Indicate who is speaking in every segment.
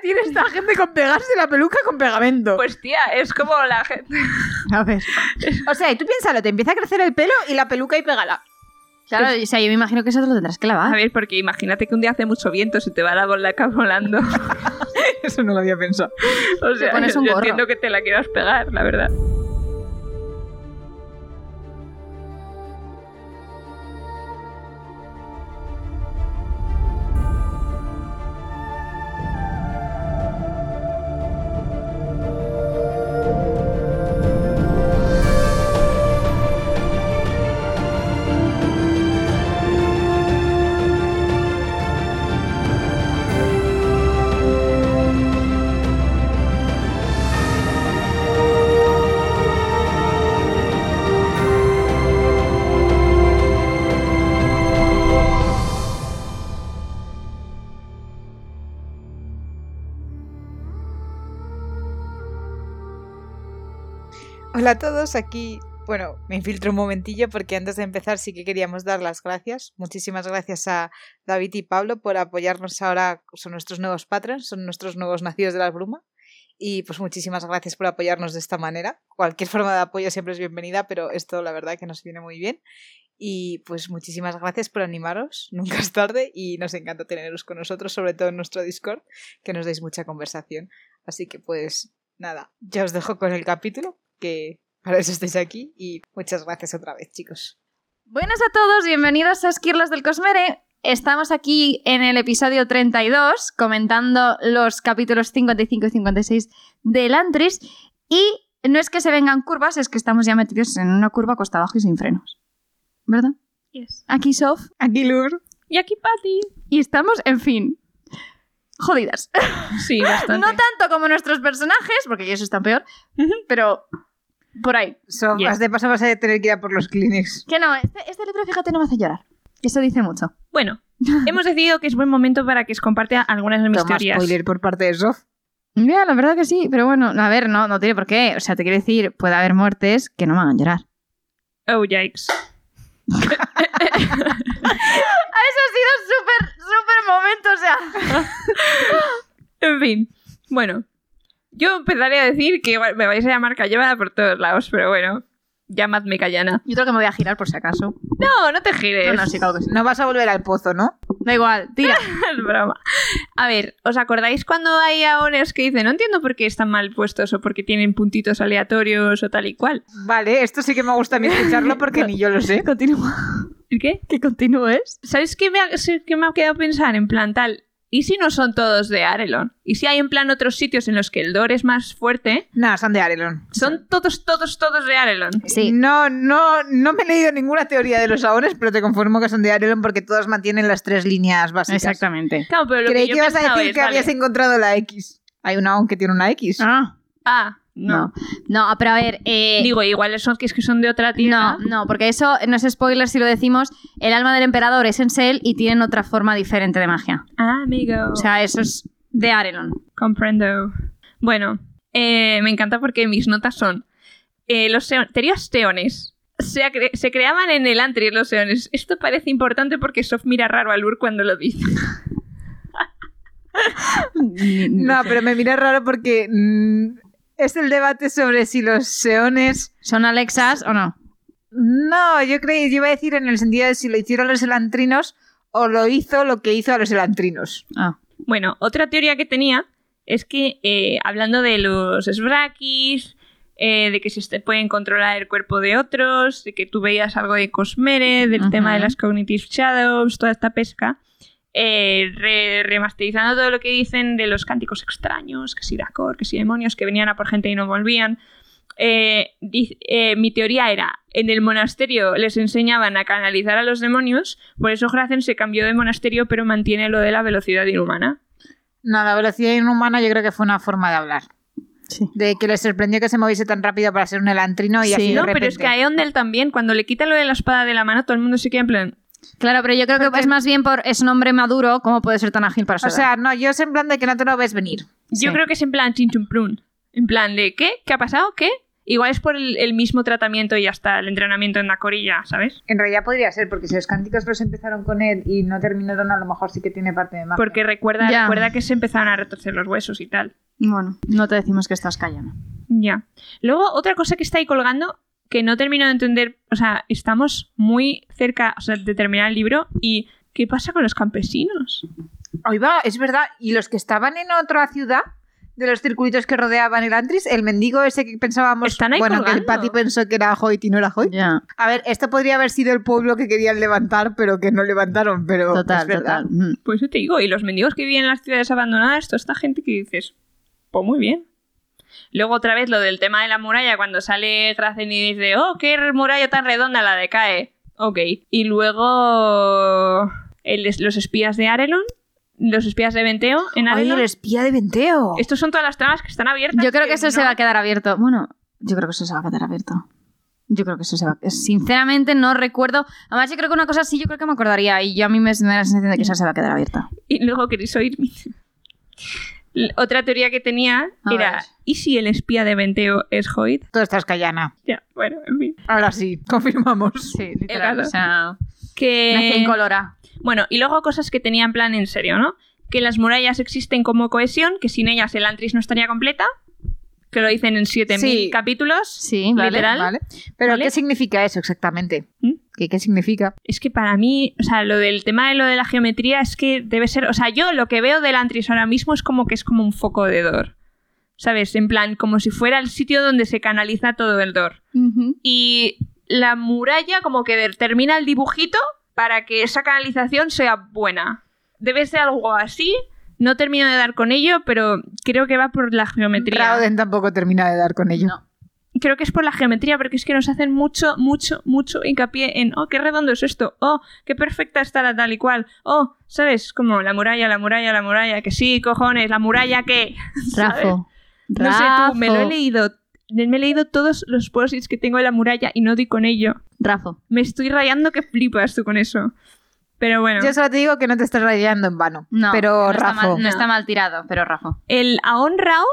Speaker 1: tiene esta gente con pegarse la peluca con pegamento?
Speaker 2: Pues tía, es como la gente.
Speaker 1: a ver. Pues, O sea, y tú piénsalo, te empieza a crecer el pelo y la peluca y pégala.
Speaker 3: Claro, o sea, yo me imagino que eso te lo tendrás
Speaker 2: A
Speaker 3: que lavar.
Speaker 2: ver, porque imagínate que un día hace mucho viento, se te va la bolaca volando.
Speaker 1: Eso no lo había pensado.
Speaker 2: O sea,
Speaker 3: pones
Speaker 2: yo,
Speaker 3: un
Speaker 2: yo
Speaker 3: gorro.
Speaker 2: entiendo que te la quieras pegar, la verdad.
Speaker 1: Hola a todos, aquí, bueno, me infiltro un momentillo porque antes de empezar sí que queríamos dar las gracias. Muchísimas gracias a David y Pablo por apoyarnos ahora, son nuestros nuevos patrons, son nuestros nuevos nacidos de la bruma. Y pues muchísimas gracias por apoyarnos de esta manera. Cualquier forma de apoyo siempre es bienvenida, pero esto la verdad que nos viene muy bien. Y pues muchísimas gracias por animaros, nunca es tarde y nos encanta teneros con nosotros, sobre todo en nuestro Discord, que nos dais mucha conversación. Así que pues nada, ya os dejo con el capítulo, que para eso estáis aquí y muchas gracias otra vez, chicos.
Speaker 3: Buenas a todos, bienvenidos a Esquirlas del Cosmere. Estamos aquí en el episodio 32 comentando los capítulos 55 y 56 del Antris y no es que se vengan curvas, es que estamos ya metidos en una curva costa abajo y sin frenos. ¿Verdad? Aquí Sof
Speaker 1: Aquí Lur.
Speaker 2: Y aquí Patty.
Speaker 3: y estamos, en fin, jodidas.
Speaker 2: Sí, bastante.
Speaker 3: No tanto como nuestros personajes, porque ellos están peor, pero por ahí.
Speaker 1: So,
Speaker 2: Yeah.
Speaker 1: más de paso vas a tener que ir a por los clinics.
Speaker 3: Que no, este, este libro, fíjate, no me hace llorar. Eso dice mucho.
Speaker 2: Bueno, hemos decidido que es buen momento para que os comparta algunas de mis
Speaker 1: Toma
Speaker 2: teorías.
Speaker 1: spoiler por parte de Sof.
Speaker 3: Mira, la verdad que sí, pero bueno, a ver, no, no tiene por qué. O sea, te quiero decir, puede haber muertes que no me hagan llorar.
Speaker 2: Oh, yikes.
Speaker 3: Eso ha sido súper, súper momento, o sea.
Speaker 2: En fin, bueno. Yo empezaré a decir que igual me vais a llamar Cayana por todos lados, pero bueno. Llamadme Cayana.
Speaker 3: Yo creo que me voy a girar por si acaso.
Speaker 2: No, no te gires.
Speaker 3: No, no, sí, claro que sí.
Speaker 1: No vas a volver al pozo, ¿no?
Speaker 3: Da igual, tira.
Speaker 2: Es broma. A ver, ¿os acordáis cuando hay aones que dicen, no entiendo por qué están mal puestos o por qué tienen puntitos aleatorios o tal y cual?
Speaker 1: Vale, esto sí que me gusta a mí escucharlo porque ni yo lo sé.
Speaker 3: Continúa.
Speaker 2: ¿El qué?
Speaker 3: Que continúes.
Speaker 2: ¿Sabéis qué me ha, sé qué me ha quedado pensar? En plan tal, ¿y si no son todos de Arelon? ¿Y si hay en plan otros sitios en los que el Dor es más fuerte?
Speaker 1: Nada, son de Arelon.
Speaker 2: Son todos, todos, todos de Arelon.
Speaker 3: Sí.
Speaker 1: No, no, no me he leído ninguna teoría de los sabones, pero te conformo que son de Arelon porque todas mantienen las tres líneas básicas.
Speaker 3: Exactamente.
Speaker 2: Claro, pero lo
Speaker 1: Creí
Speaker 2: que,
Speaker 1: que,
Speaker 2: yo
Speaker 1: ibas a
Speaker 2: pensaba
Speaker 1: decir
Speaker 2: es,
Speaker 1: que
Speaker 2: vale,
Speaker 1: habías encontrado la X. Hay una aunque tiene una X.
Speaker 3: Ah,
Speaker 2: Ah, no.
Speaker 3: no. No, pero a ver, eh,
Speaker 2: Digo, igual son que es que son de otra tierra.
Speaker 3: No, no, porque eso no es spoiler si lo decimos. El alma del emperador es en Sel y tienen otra forma diferente de magia.
Speaker 2: Ah, amigo.
Speaker 3: O sea, eso es de Arelon.
Speaker 2: Comprendo. Bueno, eh, me encanta porque mis notas son eh, los seo- teorías teones. Se, acre- se creaban en el antri los seones. Esto parece importante porque Sof mira raro a Lur cuando lo dice.
Speaker 1: No, pero me mira raro porque mm, es el debate sobre si los seones.
Speaker 3: ¿Son Alexas o no?
Speaker 1: No, yo creí, yo iba a decir en el sentido de si lo hicieron los elantrinos o lo hizo lo que hizo a los elantrinos.
Speaker 3: Ah.
Speaker 2: Bueno, otra teoría que tenía es que eh, hablando de los Sbrakis, eh, de que si se pueden controlar el cuerpo de otros, de que tú veías algo de Cosmere, del
Speaker 3: Ujú.
Speaker 2: tema de las Cognitive Shadows, toda esta pesca, eh, re- remasterizando todo lo que dicen de los cánticos extraños, que si Dracor, que si demonios, que venían a por gente y no volvían. Eh, di- eh, mi teoría era, en el monasterio les enseñaban a canalizar a los demonios, por eso Hrazen se cambió de monasterio pero mantiene lo de la velocidad inhumana.
Speaker 1: No, la velocidad inhumana yo creo que fue una forma de hablar.
Speaker 3: Sí.
Speaker 1: De que les sorprendió que se moviese tan rápido para ser un elantrino y
Speaker 3: Sí.
Speaker 1: así de
Speaker 2: No, pero es
Speaker 1: repente.
Speaker 2: que a Eondel también, cuando le quita lo de la espada de la mano, todo el mundo se queda en plan.
Speaker 3: Claro, pero yo creo que
Speaker 1: Porque-
Speaker 3: es más bien por es un hombre maduro, ¿cómo puede ser tan ágil para su
Speaker 1: O
Speaker 3: edad?
Speaker 1: sea, no, yo es en plan de que no te lo ves venir.
Speaker 2: Yo
Speaker 3: Sí.
Speaker 2: creo que es en plan chinchumprun. En plan de, ¿qué? ¿Qué ha pasado? ¿Qué? Igual es por el, el mismo tratamiento y hasta el entrenamiento en la corilla, ¿sabes?
Speaker 1: En realidad podría ser, porque si los cánticos los empezaron con él y no terminaron, a lo mejor sí que tiene parte de magia.
Speaker 2: Porque recuerda,
Speaker 3: Ya.
Speaker 2: recuerda que se empezaron a retorcer los huesos y tal.
Speaker 3: Bueno, no te decimos que estás callando.
Speaker 2: Ya. Luego, otra cosa que está ahí colgando que no termino de entender. O sea, estamos muy cerca o sea, de terminar el libro y. ¿Qué pasa con los campesinos?
Speaker 1: Ahí va, es verdad. Y los que estaban en otra ciudad, de los circuitos que rodeaban el Antris, el mendigo ese que pensábamos.
Speaker 2: Están ahí
Speaker 1: bueno, que
Speaker 2: colgando.
Speaker 1: el Pati pensó que era Hoyt y no era Hoyt.
Speaker 3: Ya,
Speaker 1: A ver, esto podría haber sido el pueblo que querían levantar, pero que no levantaron, pero.
Speaker 3: total,
Speaker 1: es verdad.
Speaker 3: total. Mm.
Speaker 2: Pues yo te digo, y los mendigos que viven en las ciudades abandonadas, toda esta gente que dices, pues muy bien. Luego otra vez lo del tema de la muralla, cuando sale Gracen y dice, oh, qué muralla tan redonda la decae. Ok. Y luego el- los espías de Arelon, los espías de Venteo en
Speaker 1: Ay,
Speaker 2: Arelon.
Speaker 1: el espía de Venteo.
Speaker 2: Estos son todas las tramas que están abiertas.
Speaker 3: Yo creo que eso se
Speaker 2: no-
Speaker 3: va a quedar abierto. Bueno, yo creo que eso se va a quedar abierto. Yo creo que eso se va a... Sinceramente no recuerdo... Además, yo creo que una cosa sí, yo creo que me acordaría. Y yo a mí me me da la sensación de que esa se va a quedar abierta.
Speaker 2: Y luego queréis oírme. L- Otra teoría que tenía
Speaker 3: A
Speaker 2: era,
Speaker 3: ver.
Speaker 2: ¿y si el espía de Venteo es Hoyt?
Speaker 1: Tú estás callana.
Speaker 2: Ya, bueno, en fin.
Speaker 1: Ahora sí, confirmamos.
Speaker 3: Sí,
Speaker 2: literal, o
Speaker 3: sea...
Speaker 2: Que...
Speaker 3: Me hace incolora.
Speaker 2: Bueno, y luego cosas que tenía en plan en serio, ¿no? Que las murallas existen como cohesión, que sin ellas el Antris no estaría completa, que lo dicen en 7.000
Speaker 1: Sí.
Speaker 2: capítulos.
Speaker 3: Sí, vale.
Speaker 2: Literal.
Speaker 1: ¿Vale? Pero,
Speaker 2: ¿Vale?
Speaker 1: ¿qué significa eso exactamente?
Speaker 2: ¿Mm?
Speaker 1: ¿Qué, qué significa?
Speaker 2: Es que para mí, o sea, lo del tema de lo de la geometría es que debe ser, o sea, yo lo que veo del Antris ahora mismo es como que es como un foco de Dor. ¿Sabes? En plan, como si fuera el sitio donde se canaliza todo el Dor.
Speaker 3: Ujú.
Speaker 2: Y la muralla como que determina el dibujito para que esa canalización sea buena. Debe ser algo así. No termino de dar con ello, pero creo que va por la geometría.
Speaker 1: Rauden tampoco termina de dar con ello.
Speaker 3: No.
Speaker 2: Creo que es por la geometría, porque es que nos hacen mucho, mucho, mucho hincapié en, oh, qué redondo es esto, oh, qué perfecta está la tal y cual, oh, ¿sabes? Como la muralla, la muralla, la muralla, que sí, cojones, la muralla que... ¿sabes?
Speaker 3: Rafo.
Speaker 2: No sé tú, me lo he
Speaker 3: Rafo.
Speaker 2: leído. Me he leído todos los posts que tengo de la muralla y no di con ello.
Speaker 3: Rafo.
Speaker 2: Me estoy rayando que flipas tú con eso. Pero bueno,
Speaker 1: Yo solo te digo que no te estás rayando en vano.
Speaker 3: No,
Speaker 1: pero
Speaker 3: no está,
Speaker 1: Rafa,
Speaker 3: mal, no
Speaker 2: No.
Speaker 3: está mal tirado, pero Rafo.
Speaker 2: el Aon Rao,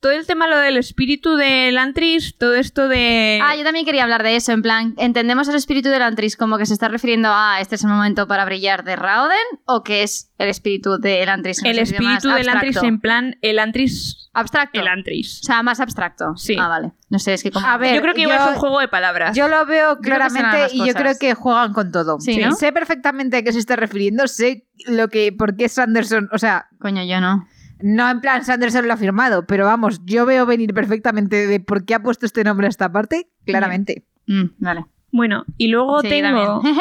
Speaker 2: todo el tema lo del espíritu del Antris, todo esto de...
Speaker 3: Ah, yo también quería hablar de eso, en plan, ¿entendemos el espíritu del Antris como que se está refiriendo a este es el momento para brillar de Rauden o que es el espíritu del Antris? en un
Speaker 2: el
Speaker 3: sentido más
Speaker 2: espíritu del Antris
Speaker 3: abstracto?
Speaker 2: en plan, el Antris,
Speaker 3: Abstracto.
Speaker 2: el Antris.
Speaker 3: O sea, más abstracto.
Speaker 2: Sí.
Speaker 3: Ah, vale. No sé, es que como...
Speaker 1: A ver,
Speaker 2: yo creo que
Speaker 1: yo-
Speaker 2: igual es un juego de palabras.
Speaker 1: Yo lo veo
Speaker 3: que serán
Speaker 1: claramente
Speaker 3: las
Speaker 1: y yo
Speaker 3: cosas.
Speaker 1: creo que juegan con todo.
Speaker 3: Sí, ¿no?
Speaker 1: Sé perfectamente a qué se está refiriendo, sé lo que, por qué Sanderson, o sea,
Speaker 3: Coño, yo no.
Speaker 1: no en plan Sanderson lo ha firmado, pero vamos, yo veo venir perfectamente de por qué ha puesto este nombre a esta parte, claramente.
Speaker 3: Mm, vale.
Speaker 2: Bueno, y luego
Speaker 3: Sí,
Speaker 2: tengo...
Speaker 3: también.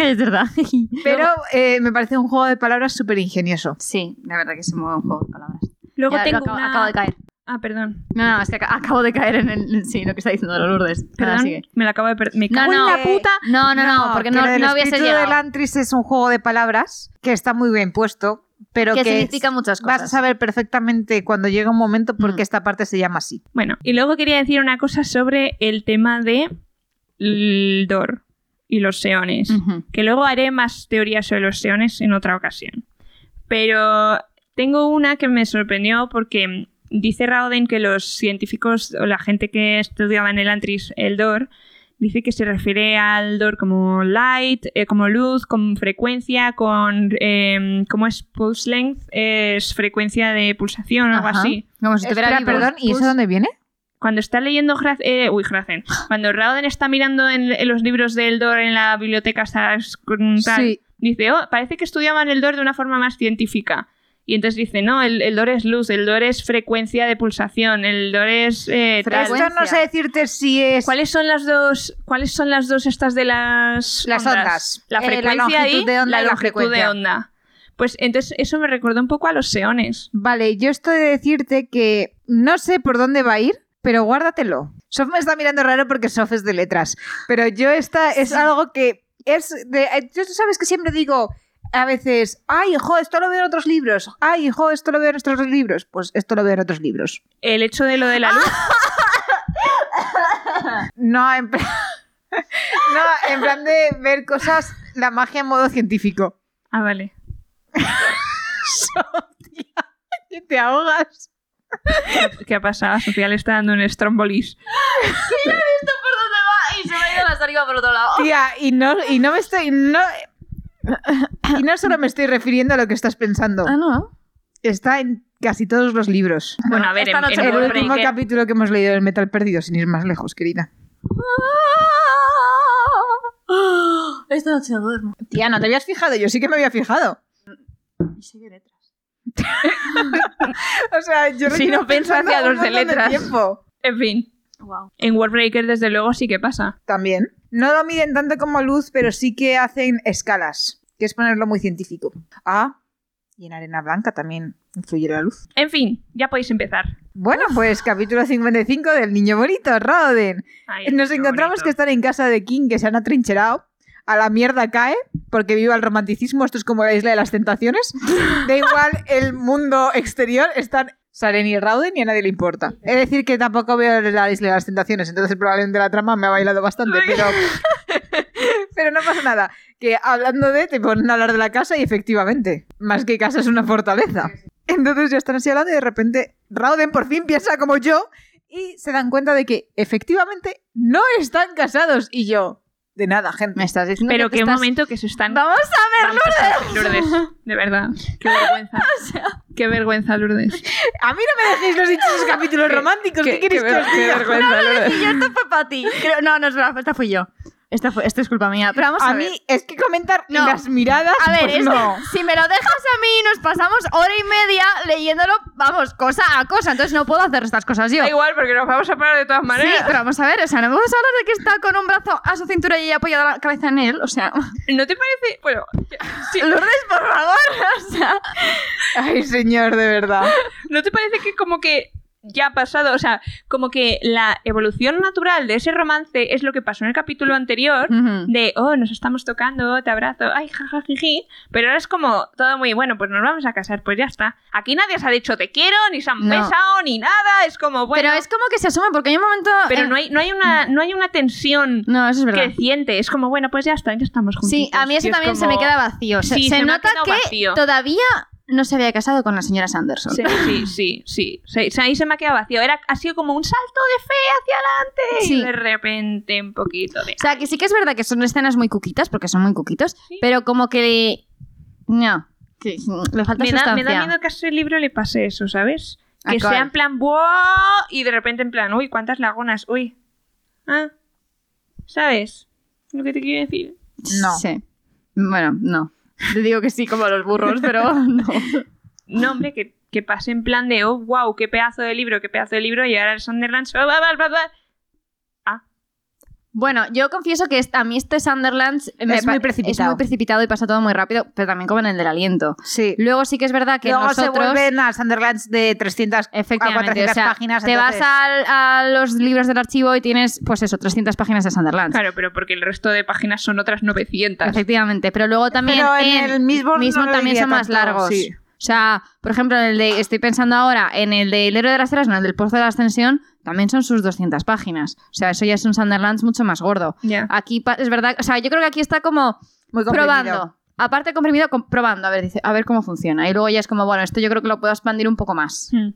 Speaker 3: es verdad.
Speaker 1: Pero eh, me parece un juego de palabras súper ingenioso.
Speaker 3: Sí, la verdad que es un buen juego de palabras.
Speaker 2: Luego
Speaker 3: Ya, lo
Speaker 2: tengo
Speaker 3: acabo,
Speaker 2: una-
Speaker 3: acabo de caer.
Speaker 2: Ah, perdón.
Speaker 3: No, no, es que aca- acabo de caer en el... Sí, lo que está diciendo Lourdes. Nada,
Speaker 2: Perdón,
Speaker 3: Ah, sigue.
Speaker 2: me la acabo de perder. Me
Speaker 3: No,
Speaker 2: cago en
Speaker 3: no.
Speaker 2: la puta.
Speaker 3: No, no, no, porque no,
Speaker 1: pero el
Speaker 3: no hubiese
Speaker 1: espíritu
Speaker 3: llegado.
Speaker 1: del Antris es un juego de palabras que está muy bien puesto, pero
Speaker 3: Que
Speaker 1: que,
Speaker 3: significa muchas
Speaker 1: vas a
Speaker 3: cosas.
Speaker 1: saber perfectamente cuando llegue un momento por
Speaker 3: Mm.
Speaker 1: qué esta parte se llama así.
Speaker 2: Bueno, y luego quería decir una cosa sobre el tema de el Dor y los seones.
Speaker 3: Ujú.
Speaker 2: Que luego haré más teorías sobre los seones en otra ocasión. Pero tengo una que me sorprendió porque dice Rauden que los científicos o la gente que estudiaba en el Antris el Dor dice que se refiere al Dor como light, eh, como luz, con frecuencia, con. eh, ¿Cómo es pulse length? Es frecuencia de pulsación o algo
Speaker 3: Ajá.
Speaker 2: así
Speaker 3: Como si estuviera
Speaker 1: Espera,
Speaker 3: vivo.
Speaker 1: perdón, ¿y eso
Speaker 3: Pues-
Speaker 1: dónde viene?
Speaker 2: cuando está leyendo Hra- eh, uy, Hrazen, cuando Rauden está mirando en, en los libros del Dor en la biblioteca, ¿sabes? Con tal,
Speaker 1: Sí.
Speaker 2: dice, oh, parece que estudiaban el Dor de una forma más científica. Y entonces dice, no, el, el Dor es luz, el Dor es frecuencia de pulsación, el Dor es... eh, tal".
Speaker 1: Esto no sé decirte si es
Speaker 2: ¿Cuáles son las dos? ¿Cuáles son las dos estas de las
Speaker 1: Las ondas.
Speaker 2: La
Speaker 1: Eh, la
Speaker 2: frecuencia y
Speaker 1: longitud de onda
Speaker 2: la
Speaker 1: y la
Speaker 2: longitud de
Speaker 1: frecuencia.
Speaker 2: onda. Pues entonces eso me recordó un poco a los seones.
Speaker 1: Vale, yo estoy de decirte que no sé por dónde va a ir, pero guárdatelo. Sof me está mirando raro porque Sof es de letras, pero yo esta es algo que es de... eh, Yo tú sabes que siempre digo a veces, ay, jo, esto lo veo en otros libros, ay, jo, esto lo veo en otros libros, pues esto lo veo en otros libros.
Speaker 2: El hecho de lo de la luz.
Speaker 1: ¡Ah! No, en plan, no, en plan de ver cosas, la magia en modo científico.
Speaker 2: Ah, vale.
Speaker 1: Que te ahogas.
Speaker 2: ¿Qué ha pasado? Sofía le está dando un estrombolis.
Speaker 3: visto por dónde va y se me ha ido la saliva por otro lado.
Speaker 1: Tía, y no, y no me estoy. No, y no solo me estoy refiriendo a lo que estás pensando.
Speaker 3: Ah, no.
Speaker 1: Está en casi todos los libros.
Speaker 2: Bueno, a ver,
Speaker 3: Esta
Speaker 2: en,
Speaker 3: noche
Speaker 2: en
Speaker 1: El
Speaker 3: no,
Speaker 2: Wallbreaker-
Speaker 1: último capítulo que hemos leído del Metal Perdido, sin ir más lejos, querida.
Speaker 3: Ah. Esta noche no duermo.
Speaker 1: Tía, ¿no te habías fijado? Yo sí que me había fijado.
Speaker 3: Y sigue letras.
Speaker 1: O sea, yo lo
Speaker 2: Sí,
Speaker 1: llevo
Speaker 2: no pienso
Speaker 1: pensando
Speaker 2: hacia
Speaker 1: un
Speaker 2: los de
Speaker 1: montón
Speaker 2: letras.
Speaker 1: tiempo.
Speaker 2: En fin,
Speaker 3: Wow.
Speaker 2: en Warbreaker desde luego sí que pasa.
Speaker 1: También. No lo miden tanto como luz, pero sí que hacen escalas, que es ponerlo muy científico. Ah, y en arena blanca también influye la luz.
Speaker 2: En fin, ya podéis empezar.
Speaker 1: Bueno, pues capítulo 55 del niño bonito, Roden.
Speaker 2: Ay,
Speaker 1: Nos
Speaker 2: qué
Speaker 1: encontramos
Speaker 2: bonito.
Speaker 1: que están en casa de King, que se han atrincherado. A la mierda cae, porque viva el romanticismo, esto es como la isla de las tentaciones. Da igual el mundo exterior, están Saren y Rauden y a nadie le importa. Es decir, que tampoco veo la isla de las tentaciones, entonces probablemente la trama me ha bailado bastante, pero, pero no pasa nada. Que hablando de, te ponen a hablar de la casa y efectivamente, más que casa es una fortaleza. Entonces ya están así hablando y de repente Rauden por fin piensa como yo y se dan cuenta de que efectivamente no están casados. Y yo, de nada, gente.
Speaker 3: Me estás diciendo
Speaker 2: Pero
Speaker 3: que
Speaker 2: qué
Speaker 3: te estás-
Speaker 2: momento que se están...
Speaker 3: Vamos a ver
Speaker 2: Vamos a- Lourdes, de verdad. Qué vergüenza. Qué vergüenza, Lourdes.
Speaker 1: A mí no me dejéis los dichosos capítulos románticos. ¿Qué, queréis que
Speaker 2: ver-
Speaker 1: os
Speaker 2: qué
Speaker 1: diga?
Speaker 2: vergüenza, Lourdes.
Speaker 3: Y yo, esta fue para ti. Creo- No, no, es verdad, esta fui yo. Esta, fue, esta es culpa mía. Pero vamos a,
Speaker 1: A
Speaker 3: ver.
Speaker 1: mí es que comentar
Speaker 3: No.
Speaker 1: las miradas.
Speaker 3: A ver,
Speaker 1: pues
Speaker 3: es
Speaker 1: no.
Speaker 3: que si me lo dejas a mí nos pasamos hora y media leyéndolo, vamos, cosa a cosa. Entonces no puedo hacer estas cosas yo.
Speaker 2: Da igual, ¿eh? porque nos vamos a parar de todas
Speaker 3: Sí,
Speaker 2: maneras.
Speaker 3: pero vamos a ver, o sea, no vamos a hablar de que está con un brazo a su cintura y ella apoyada la cabeza en él, o sea...
Speaker 2: ¿No te parece...? Bueno, sí,
Speaker 3: Lourdes, por favor, o sea...
Speaker 1: Ay, señor, de verdad.
Speaker 2: ¿No te parece que como que ya ha pasado? O sea, como que la evolución natural de ese romance es lo que pasó en el capítulo anterior. De, oh, nos estamos tocando, te abrazo, ay, jajajiji. Pero ahora es como todo muy, bueno, pues nos vamos a casar, pues ya está. Aquí nadie se ha dicho te quiero, ni se han
Speaker 3: No.
Speaker 2: besado, ni nada. Es como, bueno.
Speaker 3: Pero es como que se asume, porque hay un momento...
Speaker 2: pero
Speaker 3: en-
Speaker 2: no, hay, no, hay una, no hay una tensión
Speaker 3: No, eso es verdad.
Speaker 2: creciente. Es como, bueno, pues ya está, ya estamos juntos.
Speaker 3: Sí, a mí eso
Speaker 2: Y es
Speaker 3: también se
Speaker 2: como-
Speaker 3: me queda vacío. Se,
Speaker 2: Sí,
Speaker 3: se
Speaker 2: se me ha
Speaker 3: nota
Speaker 2: quedado
Speaker 3: que
Speaker 2: vacío.
Speaker 3: todavía no se había casado con la señora Sanderson.
Speaker 2: Sí, sí, sí, sí. Se- se- ahí se me ha quedado vacío. Era, ha sido como un salto de fe hacia adelante.
Speaker 3: Sí.
Speaker 2: Y de repente un poquito de.
Speaker 3: O sea, que sí que es verdad que son escenas muy cuquitas, porque son muy cuquitos,
Speaker 2: Sí.
Speaker 3: pero como que... No, que le falta
Speaker 2: Me da,
Speaker 3: sustancia.
Speaker 2: me da miedo que a ese libro le pase eso, ¿sabes?
Speaker 3: ¿A
Speaker 2: Que
Speaker 3: cuál?
Speaker 2: sea en plan, ¡buah! Y de repente en plan, uy, cuántas lagunas, uy. Ah. ¿Sabes? Lo que te quiero decir.
Speaker 1: No.
Speaker 3: Sí. Bueno, no. Te digo que sí, como los burros, pero no.
Speaker 2: No, hombre, que, que pase en plan de, oh, wow, qué pedazo de libro, qué pedazo de libro. Y ahora el Sunderland, oh, va, va, va, va.
Speaker 3: Bueno, yo confieso que est- a mí este Sunderlands me
Speaker 1: Es muy
Speaker 3: pa-
Speaker 1: precipitado.
Speaker 3: es muy precipitado y pasa todo muy rápido, pero también como en el del aliento.
Speaker 1: Sí.
Speaker 3: Luego sí que es verdad que
Speaker 1: Luego se
Speaker 3: nosotros...
Speaker 1: vuelven a Sunderlands de eh, 300 a
Speaker 3: Efectivamente,
Speaker 1: 400
Speaker 3: o sea,
Speaker 1: páginas.
Speaker 3: te vas
Speaker 1: entonces-
Speaker 3: al- a los libros del archivo y tienes, pues eso, 300 páginas de Sunderlands.
Speaker 2: Claro, pero porque el resto de páginas son otras 900.
Speaker 3: Efectivamente, pero luego también
Speaker 1: Pero en el Mistborn no
Speaker 3: mismo
Speaker 1: lo
Speaker 3: también
Speaker 1: diría
Speaker 3: son más
Speaker 1: tanto,
Speaker 3: largos.
Speaker 1: sí.
Speaker 3: O sea, por ejemplo, en el de, estoy pensando ahora en el de El héroe de las Heras, no, el del Pozo de la Ascensión, también son sus 200 páginas. O sea, eso ya es un Sunderlands mucho más gordo.
Speaker 2: Ya.
Speaker 3: Aquí pa- es verdad, o sea, yo creo que aquí está como
Speaker 1: Muy comprimido.
Speaker 3: probando. Aparte comprimido, com- probando, a ver, dice, a ver cómo funciona. Y luego ya es como, bueno, esto yo creo que lo puedo expandir un poco más.
Speaker 2: Hmm.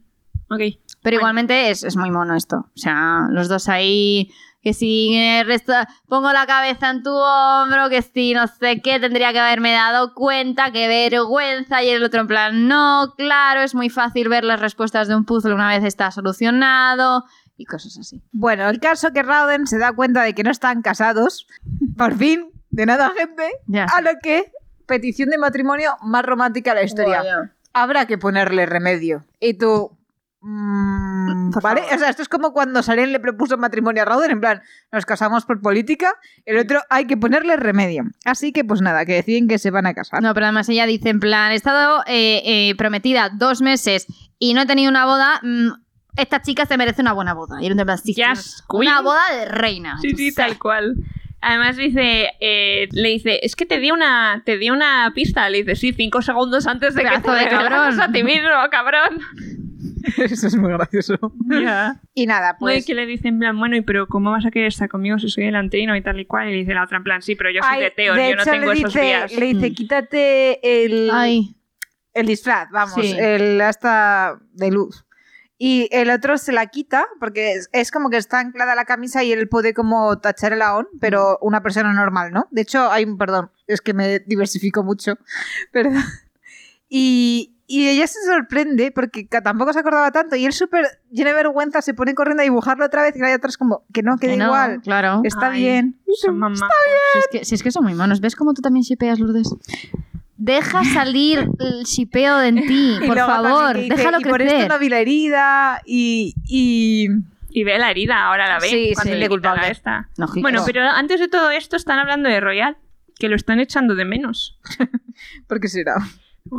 Speaker 2: Ok.
Speaker 3: Pero
Speaker 2: Bueno.
Speaker 3: igualmente es, es muy mono esto. O sea, los dos ahí. Que si eh, resta- pongo la cabeza en tu hombro, que si no sé qué, tendría que haberme dado cuenta, qué vergüenza. Y el otro en plan, no, claro, es muy fácil ver las respuestas de un puzzle una vez está solucionado. Y cosas así.
Speaker 1: Bueno, el caso que Rauden se da cuenta de que no están casados, por fin, de nada gente,
Speaker 3: Ya.
Speaker 1: a lo que petición de matrimonio más romántica de la historia. Habrá que ponerle remedio. Y tú... mm,
Speaker 3: Por
Speaker 1: vale,
Speaker 3: favor.
Speaker 1: o sea, esto es como cuando Saren le propuso matrimonio a Rauden, en plan, nos casamos por política, el otro hay que ponerle remedio. Así que pues nada, que deciden que se van a casar.
Speaker 3: No, pero además ella dice en plan, he estado eh, eh, prometida dos meses y no he tenido una boda, mm, esta chica se merece una buena boda. Y era en plan, sí, sí,
Speaker 2: Yes,
Speaker 3: una
Speaker 2: queen.
Speaker 3: boda de reina.
Speaker 2: Sí, Ah, pues sí, tal cual. Además dice, eh, le dice, es que te di una, te di una pista. Le dice, sí, cinco segundos antes de
Speaker 3: Pedazo
Speaker 2: que
Speaker 3: de
Speaker 2: te revelaras
Speaker 3: cabrón.
Speaker 2: a ti mismo, cabrón.
Speaker 1: Eso es muy gracioso. Y nada,
Speaker 2: Pues...
Speaker 1: pues...
Speaker 2: que le dice en plan, bueno, y pero ¿cómo vas a querer estar conmigo si soy delantino y tal y cual? Y le dice la otra en plan, sí, pero yo soy
Speaker 1: Ay,
Speaker 2: de Teo, yo no
Speaker 1: hecho,
Speaker 2: tengo
Speaker 1: le
Speaker 2: esos
Speaker 1: dice,
Speaker 2: días.
Speaker 1: Le dice,
Speaker 3: Mm.
Speaker 1: quítate el...
Speaker 3: Ay,
Speaker 1: El disfraz, vamos,
Speaker 3: Sí.
Speaker 1: el hasta de luz. y el otro se la quita porque es, es como que está anclada la camisa y él puede como tachar el aón, pero una persona normal, ¿no? De hecho, hay un, perdón, es que me diversifico mucho, perdón. Y, y ella se sorprende porque ca- tampoco se acordaba tanto y él súper lleno de vergüenza se pone corriendo a dibujarlo otra vez y hay otras como que no, queda
Speaker 3: Que no,
Speaker 1: igual,
Speaker 3: Claro.
Speaker 1: está
Speaker 2: Ay.
Speaker 1: bien.
Speaker 2: Son más
Speaker 3: Si es, que, si es que son muy monos. ¿Ves cómo tú también shipeas, Lourdes? Deja salir el shipeo de en ti,
Speaker 1: Y
Speaker 3: por
Speaker 1: luego también
Speaker 3: favor.
Speaker 1: que dice,
Speaker 3: Déjalo
Speaker 1: y por esto
Speaker 3: crecer.
Speaker 1: no vi la herida y... y...
Speaker 2: Y ve la herida, ahora la ve.
Speaker 3: Sí,
Speaker 2: cuando
Speaker 3: sí.
Speaker 2: le quitan
Speaker 1: Culpable.
Speaker 2: a esta.
Speaker 3: Nojicas.
Speaker 2: Bueno, pero antes de todo esto están hablando de Royal, que lo están echando de menos.
Speaker 1: ¿Por qué será?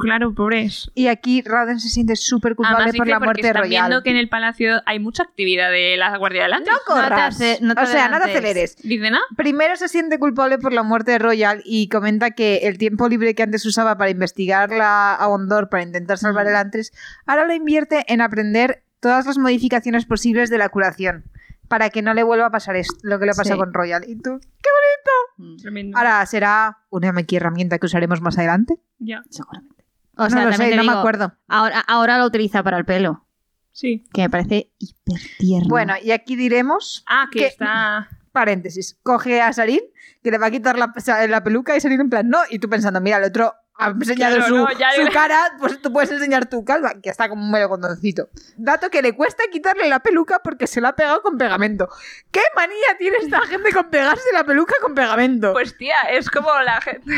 Speaker 2: Claro, pobres.
Speaker 1: Y aquí Raden se siente súper culpable
Speaker 2: Además,
Speaker 1: por
Speaker 2: dice
Speaker 1: la
Speaker 2: Ah, porque
Speaker 1: muerte de
Speaker 2: están viendo
Speaker 1: Royal.
Speaker 2: que en el palacio hay mucha actividad de la Guardia de Atlantis.
Speaker 1: No corras.
Speaker 3: ace- no te
Speaker 1: o sea, no te
Speaker 3: adelantes.
Speaker 1: aceleres.
Speaker 2: Dicen, ah,
Speaker 1: Primero se siente culpable por la muerte de Royal y comenta que el tiempo libre que antes usaba para investigar la- a Ondor para intentar salvar
Speaker 3: Mm.
Speaker 1: el Antris, ahora lo invierte en aprender todas las modificaciones posibles de la curación para que no le vuelva a pasar esto, lo que le pasó
Speaker 3: Sí.
Speaker 1: con Royal. Y tú,
Speaker 3: Mm,
Speaker 2: tremendo.
Speaker 1: ahora será una MX herramienta que usaremos más adelante.
Speaker 2: Ya,
Speaker 3: Seguramente.
Speaker 1: no
Speaker 3: O sea,
Speaker 1: lo sé,
Speaker 3: también te
Speaker 1: no me
Speaker 3: digo,
Speaker 1: acuerdo.
Speaker 3: Ahora, ahora lo utiliza para el pelo,
Speaker 2: sí.
Speaker 3: que me parece hiper tierno.
Speaker 1: Bueno, y aquí diremos
Speaker 2: Ah, que
Speaker 1: ¿Qué?
Speaker 2: está.
Speaker 1: paréntesis, coge a Sarin, que le va a quitar la, sa- la peluca y Sarin en plan, no, y tú pensando, mira, el otro ha enseñado
Speaker 2: Claro,
Speaker 1: su,
Speaker 2: no, ya-
Speaker 1: su cara, pues tú puedes enseñar tu calva, que está como un melocondoncito. Dato que le cuesta quitarle la peluca porque se la ha pegado con pegamento. ¿Qué manía tiene esta gente con pegarse la peluca con pegamento?
Speaker 2: Pues tía, es como la gente.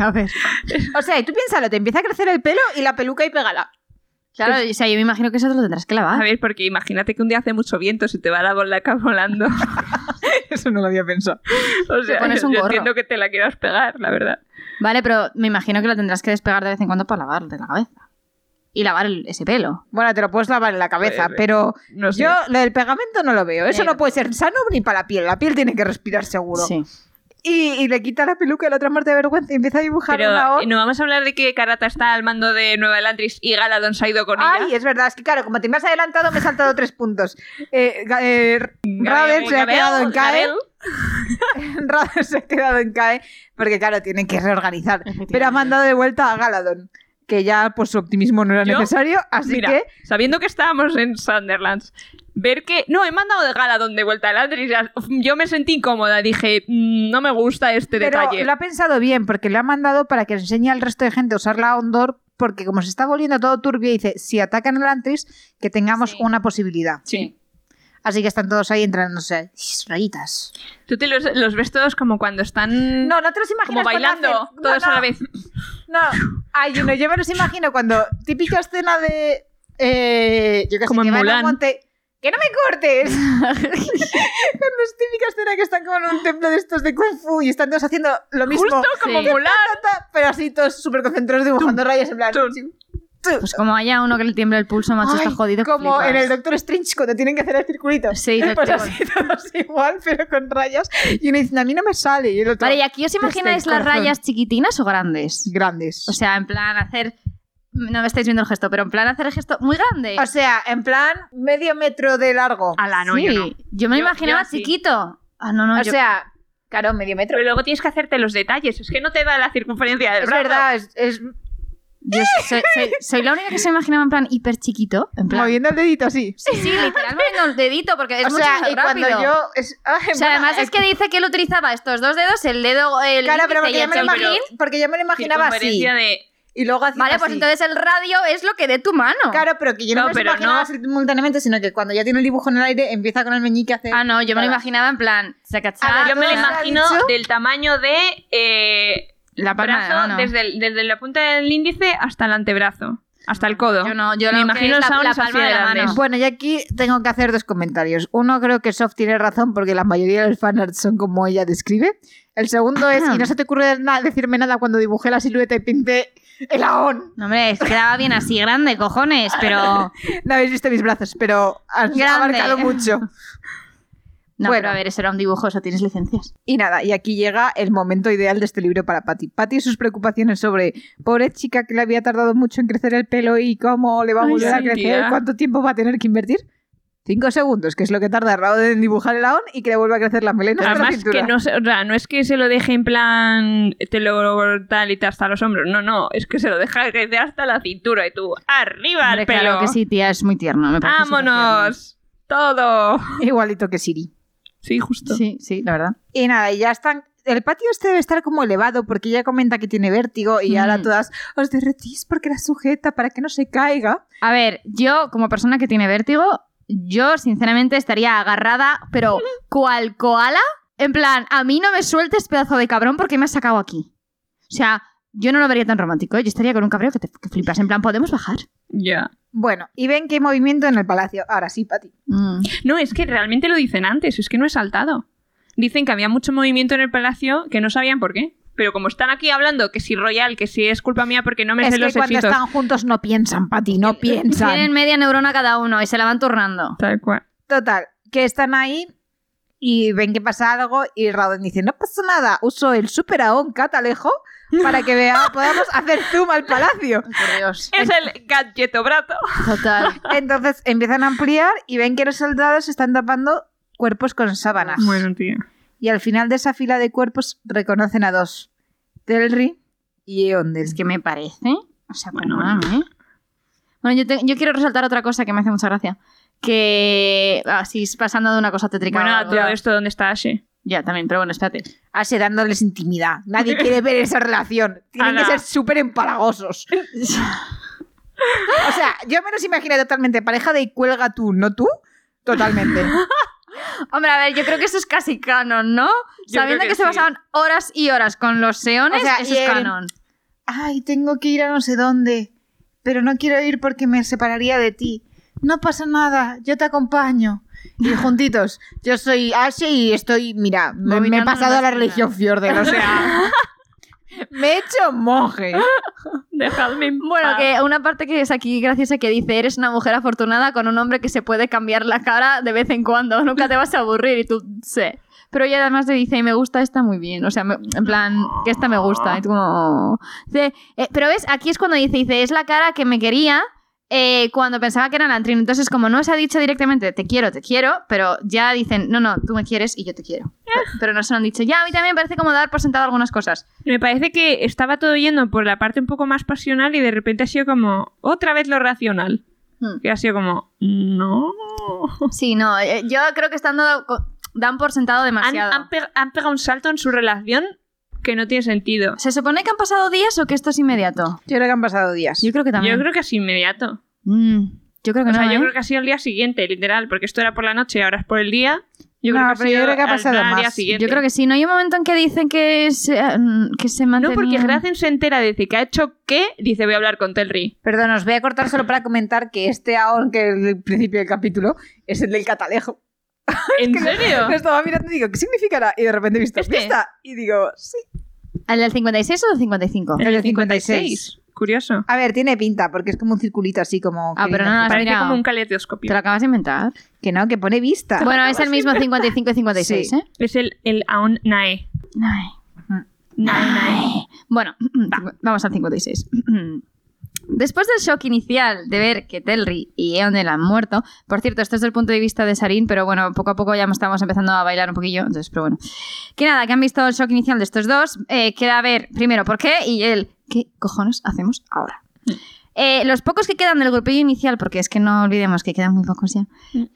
Speaker 3: a ver.
Speaker 1: o sea, y tú piénsalo, te empieza a crecer el pelo y la peluca y pégala.
Speaker 3: Claro, o sea, yo me imagino que eso te lo tendrás que
Speaker 2: A
Speaker 3: lavar.
Speaker 2: ver, porque imagínate que un día hace mucho viento, se te va la bolaca volando.
Speaker 1: Eso no lo había pensado.
Speaker 2: O sea,
Speaker 3: pones un
Speaker 2: yo
Speaker 3: gorro.
Speaker 2: entiendo que te la quieras pegar, la verdad.
Speaker 3: Vale, pero me imagino que lo tendrás que despegar de vez en cuando para lavarte la cabeza. Y lavar el- ese pelo.
Speaker 1: Bueno, te lo puedes lavar en la cabeza,
Speaker 2: Joder.
Speaker 1: pero
Speaker 2: No sé.
Speaker 1: yo lo del pegamento no lo veo. Eso
Speaker 3: Pero-
Speaker 1: no puede ser sano ni para la piel. La piel tiene que respirar seguro.
Speaker 3: Sí.
Speaker 1: Y, y le quita la peluca y la otra muerte de vergüenza y empieza a dibujar
Speaker 2: Pero
Speaker 1: una O.
Speaker 2: no vamos a hablar de que Karata está al mando de Nueva Elantris y Galadón se ha ido con
Speaker 1: Ay,
Speaker 2: ella.
Speaker 1: es verdad, es que claro, como te me has adelantado, me he saltado tres puntos. Eh, Ga- eh, Raven
Speaker 2: Gabriel,
Speaker 1: se ha
Speaker 2: Gabriel,
Speaker 1: quedado en CAE.
Speaker 2: Gabriel.
Speaker 1: Raven se ha quedado en CAE, porque claro, tienen que reorganizar. Pero ha mandado de vuelta a Galadon, que ya por su optimismo no era
Speaker 2: Yo,
Speaker 1: necesario, así
Speaker 2: Mira,
Speaker 1: que
Speaker 2: sabiendo que estábamos en Sunderlands, ver que. No, he mandado de Galadon de vuelta a Elantris. Yo me sentí incómoda. Dije, "Mm, no me gusta este
Speaker 1: Pero
Speaker 2: detalle.
Speaker 1: lo ha pensado bien, porque le ha mandado para que enseñe al resto de gente a usar la Ondor, porque como se está volviendo todo turbio, dice, si atacan a Antris, que tengamos
Speaker 3: Sí.
Speaker 1: una posibilidad.
Speaker 2: Sí.
Speaker 1: Así que están todos ahí entrándose. "Ish, Rayitas.
Speaker 2: Tú te los, los ves todos como cuando están.
Speaker 1: No, no te los
Speaker 2: como
Speaker 1: imaginas cuando
Speaker 2: bailando,
Speaker 1: hacen- no,
Speaker 2: todos
Speaker 1: no,
Speaker 2: a la vez.
Speaker 1: No, ay, yo no, yo me los imagino cuando típica escena de eh, yo qué sé,
Speaker 2: Como
Speaker 1: que
Speaker 2: en
Speaker 1: van a un
Speaker 2: Mulan.
Speaker 1: monte. ¡Que no me cortes! cuando es típica escena que están como en un templo de estos de Kung Fu y están todos haciendo lo mismo.
Speaker 2: Justo como
Speaker 3: Sí.
Speaker 2: Mulan.
Speaker 1: ta, ta, pero así todos súper concentrados dibujando rayas en plan.
Speaker 2: tum.
Speaker 1: sí, tú.
Speaker 3: Pues como haya uno que le tiembla el pulso, macho, está
Speaker 1: Ay,
Speaker 3: jodido. que
Speaker 1: Como
Speaker 3: flipas.
Speaker 1: en el Doctor Strange cuando tienen que hacer el circulito.
Speaker 3: Sí,
Speaker 1: pues
Speaker 3: doctor.
Speaker 1: así todos igual, pero con rayas. Y uno dice, a mí no me sale. Y el otro,
Speaker 3: Vale, ¿y aquí os imagináis
Speaker 1: Desde el
Speaker 3: las
Speaker 1: corazón.
Speaker 3: rayas chiquitinas o grandes?
Speaker 1: grandes.
Speaker 3: O sea, en plan hacer... No me estáis viendo el gesto, pero en plan hacer el gesto muy grande.
Speaker 1: O sea, Ah, en plan, medio metro de largo.
Speaker 2: A la no,
Speaker 3: sí.
Speaker 2: yo no.
Speaker 3: Yo me lo
Speaker 2: Yo-
Speaker 3: imaginaba
Speaker 2: yo sí.
Speaker 3: chiquito. Ah, no, Ah, no,
Speaker 1: o
Speaker 3: yo-
Speaker 1: sea, claro, medio metro.
Speaker 2: Pero luego tienes que hacerte los detalles. Es que no te da la circunferencia del
Speaker 1: Es
Speaker 2: brazo.
Speaker 1: verdad, es, es
Speaker 3: yo soy, soy- soy la única que se imaginaba en plan hiper chiquito. En plan,
Speaker 1: moviendo el dedito así.
Speaker 3: Sí, sí, literal moviendo el dedito porque es
Speaker 1: o
Speaker 3: mucho
Speaker 1: sea,
Speaker 3: más
Speaker 1: y cuando
Speaker 3: rápido.
Speaker 1: yo. es- ay,
Speaker 3: O sea,
Speaker 1: bueno, eh,
Speaker 3: además es que dice que él utilizaba estos dos dedos, el dedo, el
Speaker 1: Claro, pero porque
Speaker 3: índice y
Speaker 1: yo,
Speaker 3: el
Speaker 1: me lo
Speaker 2: pero-
Speaker 3: chapín.
Speaker 1: imagino- porque yo me lo imaginaba así.
Speaker 2: Circunferencia de.
Speaker 1: Y luego hacía
Speaker 3: Vale, pues
Speaker 1: así.
Speaker 3: entonces el radio es lo que dé tu mano.
Speaker 1: Claro, pero que yo no,
Speaker 2: No,
Speaker 1: me lo
Speaker 2: pero
Speaker 1: imaginaba
Speaker 2: no.
Speaker 1: simultáneamente, sino que cuando ya tiene el dibujo en el aire, empieza con el meñique a hacer.
Speaker 3: Ah, no, yo me lo
Speaker 1: Claro.
Speaker 3: imaginaba en plan, "Ah,
Speaker 1: A
Speaker 3: sacachá,
Speaker 1: ver,
Speaker 2: Yo me lo
Speaker 1: ¿Todo se ha
Speaker 2: imagino
Speaker 1: dicho?
Speaker 2: del tamaño de eh,
Speaker 3: la palma de la
Speaker 2: brazo,
Speaker 3: mano.
Speaker 2: desde, el- desde la punta del índice hasta el antebrazo, hasta el codo.
Speaker 3: Yo no, yo
Speaker 2: me
Speaker 3: lo que
Speaker 2: imagino
Speaker 3: es la,
Speaker 2: los
Speaker 3: la
Speaker 2: saunas así
Speaker 3: palma de
Speaker 2: de
Speaker 3: la
Speaker 2: grandes.
Speaker 3: mano.
Speaker 1: Bueno, y aquí tengo que hacer dos comentarios. Uno, creo que Soft tiene razón porque la mayoría de los fanarts son como ella describe. El segundo es, y no se te ocurre na- decirme nada cuando dibujé la silueta y pinté el aón.
Speaker 3: No, hombre, es que quedaba bien así, grande, cojones, pero...
Speaker 1: No habéis visto mis brazos, pero han
Speaker 3: Grande.
Speaker 1: abarcado mucho.
Speaker 3: No,
Speaker 1: Bueno.
Speaker 3: pero a ver, eso era un dibujo, eso tienes licencias.
Speaker 1: Y nada, y aquí llega el momento ideal de este libro para Patty. Patty y sus preocupaciones sobre pobre chica que le había tardado mucho en crecer el pelo y cómo le va a
Speaker 2: Ay,
Speaker 1: volver a
Speaker 2: sí,
Speaker 1: crecer,
Speaker 2: tía.
Speaker 1: cuánto tiempo va a tener que invertir. Cinco segundos, que es lo que tarda Raúl en dibujar el aón y que le vuelva a crecer la melena. hasta la
Speaker 2: Además,
Speaker 1: cintura.
Speaker 2: que no, se- o sea, no es que se lo deje en plan te lo tal y te hasta los hombros. No, no, es que se lo deja que te hasta la cintura y tú, arriba el
Speaker 3: Hombre,
Speaker 2: pelo.
Speaker 3: Claro que sí, tía, es muy tierno. Me parece súper
Speaker 2: ¡Vámonos! Todo.
Speaker 1: Igualito que Siri.
Speaker 2: Sí,
Speaker 3: tierno.
Speaker 2: justo.
Speaker 3: Sí, sí, la verdad.
Speaker 1: Y nada, y ya están. El patio este debe estar como elevado porque ella comenta que tiene vértigo y ahora
Speaker 3: Mm.
Speaker 1: todas os derretís porque la sujeta para que no se caiga.
Speaker 3: A ver, yo, como persona que tiene vértigo, yo sinceramente estaría agarrada, pero cual koala. En plan, a mí no me sueltes, pedazo de cabrón, porque me has sacado aquí. O sea, yo no lo vería tan romántico. ¿eh? Yo estaría con un cabreo que te que flipas. En plan, ¿podemos bajar?
Speaker 2: Ya.
Speaker 1: Bueno, y ven que hay movimiento en el palacio. Ahora sí, Pati.
Speaker 3: Mm.
Speaker 2: No, es que realmente lo dicen antes, es que no he saltado. Dicen que había mucho movimiento en el palacio que no sabían por qué. Pero como están aquí hablando que si Royal, que si es culpa mía porque no me
Speaker 1: es
Speaker 2: sé
Speaker 1: que
Speaker 2: los
Speaker 1: cuando
Speaker 2: hechizos.
Speaker 1: están juntos no piensan, Pati, no
Speaker 3: Eh, Tienen
Speaker 1: piensan.
Speaker 3: media neurona cada uno y se la van turnando.
Speaker 2: Tal cual.
Speaker 1: Total, que están ahí y ven que pasa algo y Rauden dice, no pasa nada, uso el super aón catalejo para que vea, podamos hacer zoom al palacio.
Speaker 3: Por Dios.
Speaker 2: Es el gadgetobrato.
Speaker 3: Total.
Speaker 1: Entonces empiezan a ampliar y ven que los soldados están tapando cuerpos con sábanas.
Speaker 2: Bueno, tío.
Speaker 1: Y al final de esa fila de cuerpos reconocen a dos, Telri y Eondel.
Speaker 3: Es que me parece. O sea, ¿eh?
Speaker 2: Bueno,
Speaker 3: bueno, Bueno, yo, te- yo quiero resaltar otra cosa que me hace mucha gracia. Que así es pasando de una cosa tétrica.
Speaker 2: Bueno,
Speaker 3: a
Speaker 2: a
Speaker 3: algo.
Speaker 2: todo esto, ¿dónde está Ashe?
Speaker 3: Ya, también, pero bueno, espérate.
Speaker 1: Así Ah, dándoles intimidad. Nadie quiere ver esa relación. Tienen que
Speaker 2: Ala.
Speaker 1: ser súper empalagosos. O sea, yo me los imagino totalmente pareja de cuelga tú, no tú. Totalmente.
Speaker 3: Hombre, a ver, yo creo que eso es casi canon, ¿no?
Speaker 2: Yo creo
Speaker 3: Sabiendo que,
Speaker 2: que
Speaker 3: se
Speaker 2: sí.
Speaker 3: pasaban horas y horas con los seones,
Speaker 1: O sea,
Speaker 3: eso
Speaker 1: y
Speaker 3: es
Speaker 1: el-
Speaker 3: canon.
Speaker 1: Ay, tengo que ir a no sé dónde, pero no quiero ir porque me separaría de ti. No pasa nada, yo te acompaño. Y juntitos, yo soy Ashe y estoy, mira, me, me he
Speaker 3: Vomitando
Speaker 1: pasado
Speaker 3: en
Speaker 1: a la
Speaker 3: la esquina.
Speaker 1: religión Fjorden, o sea, me he hecho monje.
Speaker 2: Dejadme en
Speaker 3: Bueno,
Speaker 2: paz.
Speaker 3: que una parte que es aquí graciosa que dice, eres una mujer afortunada con un hombre que se puede cambiar la cara de vez en cuando, nunca te vas a aburrir y tú, sé. Pero ella además te dice, y me gusta esta muy bien, o sea, me- en plan, que esta me gusta. Y tú como, "Oh". Dice, eh, pero ves, aquí es cuando dice, dice, es la cara que me quería eh, cuando pensaba que era Lantrin. Entonces, como no se ha dicho directamente, te quiero, te quiero, pero ya dicen, no, no, tú me quieres y yo te quiero. Pero, pero no se lo han dicho. Ya, a mí también me parece como dar por sentado algunas cosas.
Speaker 2: Me parece que estaba todo yendo por la parte un poco más pasional y de repente ha sido como otra vez lo racional.
Speaker 3: Hmm.
Speaker 2: Que ha sido como, no.
Speaker 3: Sí, no, eh, yo creo que están dando co- dan por sentado
Speaker 2: Han,
Speaker 3: demasiado.
Speaker 2: han pe- han pegado un salto en su relación que no tiene sentido.
Speaker 3: ¿Se supone que han pasado días o que esto es inmediato?
Speaker 1: Yo creo que han pasado días.
Speaker 3: Yo creo que también.
Speaker 2: Yo creo que es inmediato.
Speaker 3: Mm, yo creo que
Speaker 2: O
Speaker 3: no.
Speaker 2: sea, yo
Speaker 3: ¿eh?
Speaker 2: creo que ha sido el día siguiente, literal, porque esto era por la noche, ahora es por el día. Yo
Speaker 1: No,
Speaker 2: creo que
Speaker 1: pero yo
Speaker 2: sido
Speaker 1: creo que ha
Speaker 2: al-
Speaker 1: pasado
Speaker 2: al día
Speaker 1: más.
Speaker 2: siguiente.
Speaker 3: Yo creo que sí. No hay un momento en que dicen que se, mm, que se
Speaker 2: No,
Speaker 3: mantenía...
Speaker 2: porque Gracen se entera dice que ha hecho qué, dice voy a hablar con Telri.
Speaker 1: Perdón, os voy a cortar solo para comentar que este aún que el principio del capítulo es el del catalejo.
Speaker 2: ¿En serio?
Speaker 3: Ah.
Speaker 1: Lo estaba mirando y digo, ¿qué significará? Y de repente he visto
Speaker 2: Este.
Speaker 1: "Fiesta", y digo, sí.
Speaker 3: ¿El del 56 o el 55?
Speaker 1: El
Speaker 2: El
Speaker 1: del
Speaker 2: 56. Curioso.
Speaker 1: A ver, tiene pinta, porque es como un circulito así como...
Speaker 3: Ah,
Speaker 1: que
Speaker 3: pero no,
Speaker 1: viene-
Speaker 3: no,
Speaker 2: Parece
Speaker 3: mirado.
Speaker 2: como un
Speaker 3: ¿Te
Speaker 2: caleidoscopio.
Speaker 3: lo acabas de inventar?
Speaker 1: Que no, que pone vista.
Speaker 3: Bueno, es el mismo 55 y 56,
Speaker 1: Sí.
Speaker 3: ¿eh?
Speaker 2: Es el, el Aon Nae.
Speaker 3: Ay.
Speaker 2: Nae, Nae.
Speaker 3: Bueno, mm, vamos al 56. Mm, Después del shock inicial de ver que Telri y Eondel han muerto, por cierto, esto es del punto de vista de Sarin, pero bueno, poco a poco ya estamos empezando a bailar un poquillo, entonces, pero bueno. Que nada, que han visto el shock inicial de estos dos, eh, queda ver primero por qué y el qué cojones hacemos ahora.
Speaker 1: Mm.
Speaker 3: Eh, los pocos que quedan del grupillo inicial, porque es que no olvidemos que quedan muy pocos ya,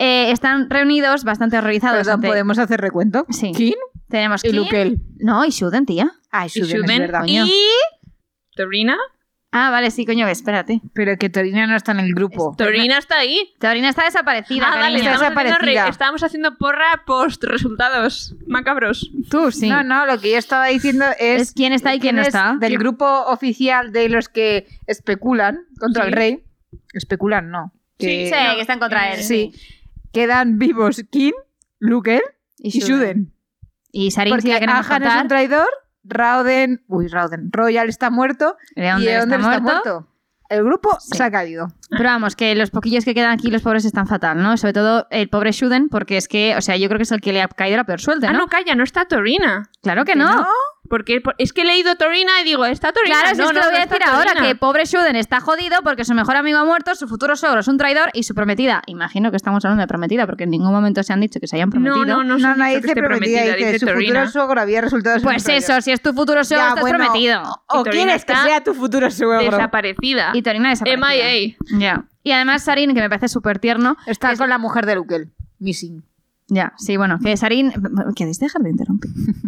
Speaker 3: eh, están reunidos, bastante horrorizados.
Speaker 1: Mm. Perdón,
Speaker 3: ante-
Speaker 1: ¿podemos hacer recuento?
Speaker 3: Sí.
Speaker 1: Kin
Speaker 3: Tenemos
Speaker 1: y
Speaker 3: Kim-
Speaker 1: Lukel.
Speaker 3: No, y Shuden, tía.
Speaker 1: Ay,
Speaker 2: Y
Speaker 1: Shuden, es
Speaker 2: Shuden
Speaker 1: verdad.
Speaker 3: coño.
Speaker 2: y... Torina.
Speaker 3: Ah, vale, sí, coño, espérate.
Speaker 1: Pero que Torina no está en el grupo.
Speaker 2: Torina está ahí.
Speaker 3: Taurina está desaparecida.
Speaker 2: Ah, vale,
Speaker 3: cariño.
Speaker 1: está
Speaker 2: estábamos haciendo,
Speaker 1: desaparecida.
Speaker 2: re- estábamos haciendo porra post resultados macabros.
Speaker 3: Tú sí.
Speaker 1: No, no, lo que yo estaba diciendo es...
Speaker 3: es quién está y quién no
Speaker 1: es
Speaker 3: está.
Speaker 1: Del grupo oficial de los que especulan contra
Speaker 2: Sí.
Speaker 1: el rey. Especulan, no. Que
Speaker 3: Sí, que están contra
Speaker 2: eh,
Speaker 3: él.
Speaker 1: sí. quedan vivos Kim, Lukel y Shuden.
Speaker 3: Y Sarin sí
Speaker 1: Porque
Speaker 3: la queremos
Speaker 1: Ahan es un
Speaker 3: contar.
Speaker 1: traidor, Rauden... Uy, Rauden. Royal está muerto
Speaker 3: León
Speaker 1: y
Speaker 3: está,
Speaker 1: Eondel
Speaker 3: muerto.
Speaker 1: está muerto. El grupo
Speaker 3: Sí.
Speaker 1: se ha caído.
Speaker 3: Pero vamos, que los poquillos que quedan aquí, los pobres están fatal, ¿no? Sobre todo el pobre Shuden, porque es que, o sea, yo creo que es el que le ha caído la peor suerte,
Speaker 2: Ah,
Speaker 3: ¿no?
Speaker 2: no, calla, no está Torina.
Speaker 3: Claro que
Speaker 1: ¿Que
Speaker 3: no.
Speaker 1: no?
Speaker 2: Porque por- es que he leído Torina y digo, está Torina.
Speaker 3: Claro, si
Speaker 2: no,
Speaker 3: es que
Speaker 2: no,
Speaker 3: lo voy
Speaker 2: no
Speaker 3: a
Speaker 2: está
Speaker 3: decir ahora,
Speaker 2: Torina.
Speaker 3: que pobre Shuden está jodido porque su mejor amigo ha muerto, su futuro sogro es un traidor y su prometida, imagino que estamos hablando de prometida porque en ningún momento se han dicho que se hayan prometido.
Speaker 2: No, no, no, se
Speaker 4: No,
Speaker 2: han
Speaker 4: no,
Speaker 2: dicho que
Speaker 4: dice
Speaker 2: esté
Speaker 4: prometida, dice, su
Speaker 2: Torina.
Speaker 4: futuro suegro había resultado ser un
Speaker 3: Pues
Speaker 4: traidor.
Speaker 3: eso, si es tu futuro sogro,
Speaker 4: Ya,
Speaker 3: estás
Speaker 4: bueno,
Speaker 3: prometido.
Speaker 4: O
Speaker 2: Torina
Speaker 4: quieres que
Speaker 2: está
Speaker 4: sea tu futuro suegro.
Speaker 2: Desaparecida.
Speaker 3: Y Torina desaparecida.
Speaker 2: MIA.
Speaker 3: Ya. Y además Sarin, que me parece súper tierno.
Speaker 1: Está con la mujer de Lukel. Missing.
Speaker 3: Ya, sí, bueno, que Sarin... ¿Queréis dejar de interrumpir?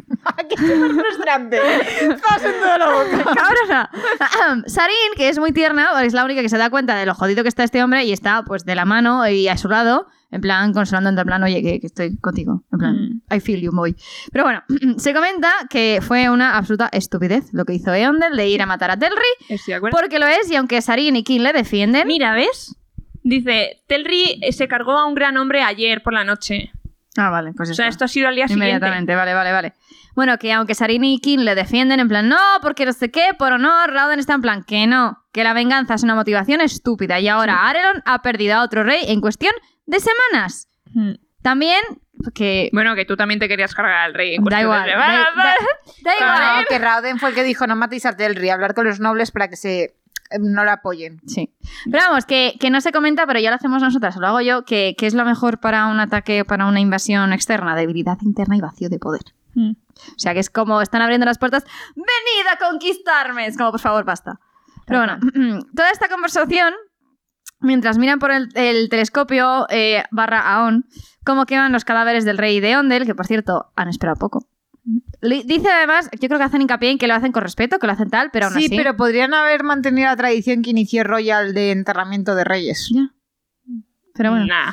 Speaker 1: ¡Qué súper frustrante! Estás en toda la boca.
Speaker 3: ¡Cabrona! Ahem. Sarin, que es muy tierna, es la única que se da cuenta de lo jodido que está este hombre y está pues de la mano y a su lado, en plan consolando, en plan, oye, que, que estoy contigo. En plan,
Speaker 2: Mm.
Speaker 3: I feel you, muy. Pero bueno, se comenta que fue una absoluta estupidez lo que hizo Eondel de ir a matar a Telri,
Speaker 2: Estoy de acuerdo.
Speaker 3: porque lo es y aunque Sarin y King le defienden...
Speaker 2: Mira, ¿ves? Dice, Telri eh, se cargó a un gran hombre ayer por la noche.
Speaker 3: Ah, vale, pues
Speaker 2: O
Speaker 3: eso.
Speaker 2: sea, esto ha sido al día siguiente.
Speaker 3: Inmediatamente, vale, vale, vale. Bueno, que aunque Sarin y King le defienden en plan, no, porque no sé qué, por honor, Rauden está en plan, que no, que la venganza es una motivación estúpida y ahora Arelon ha perdido a otro rey en cuestión de semanas.
Speaker 2: Mm.
Speaker 3: También, que...
Speaker 2: Bueno, que tú también te querías cargar al rey. en
Speaker 3: Da
Speaker 2: cuestión
Speaker 3: igual,
Speaker 2: de-
Speaker 3: da- da- Da
Speaker 1: No,
Speaker 3: igual. ¿eh?
Speaker 1: no, que Rauden fue el que dijo, no matéis a Telri, hablar con los nobles para que se eh, no la apoyen.
Speaker 3: Sí. Pero vamos, que, que no se comenta, pero ya lo hacemos nosotras, o lo hago yo, que, que es lo mejor para un ataque, para una invasión externa, debilidad interna y vacío de poder.
Speaker 2: Mm.
Speaker 3: O sea, que es como están abriendo las puertas, venid a conquistarme. Es como, por favor, basta. Pero bueno, toda esta conversación, mientras miran por el, el telescopio eh, barra Aon, cómo queman los cadáveres del rey de Ondel, que por cierto, han esperado poco.
Speaker 1: Mm.
Speaker 3: Li- Dice además, yo creo que hacen hincapié en que lo hacen con respeto, que lo hacen tal, pero aún
Speaker 1: sí,
Speaker 3: así.
Speaker 1: pero podrían haber mantenido la tradición que inició Royal de enterramiento de reyes.
Speaker 3: Ya. Pero bueno.
Speaker 2: Nah.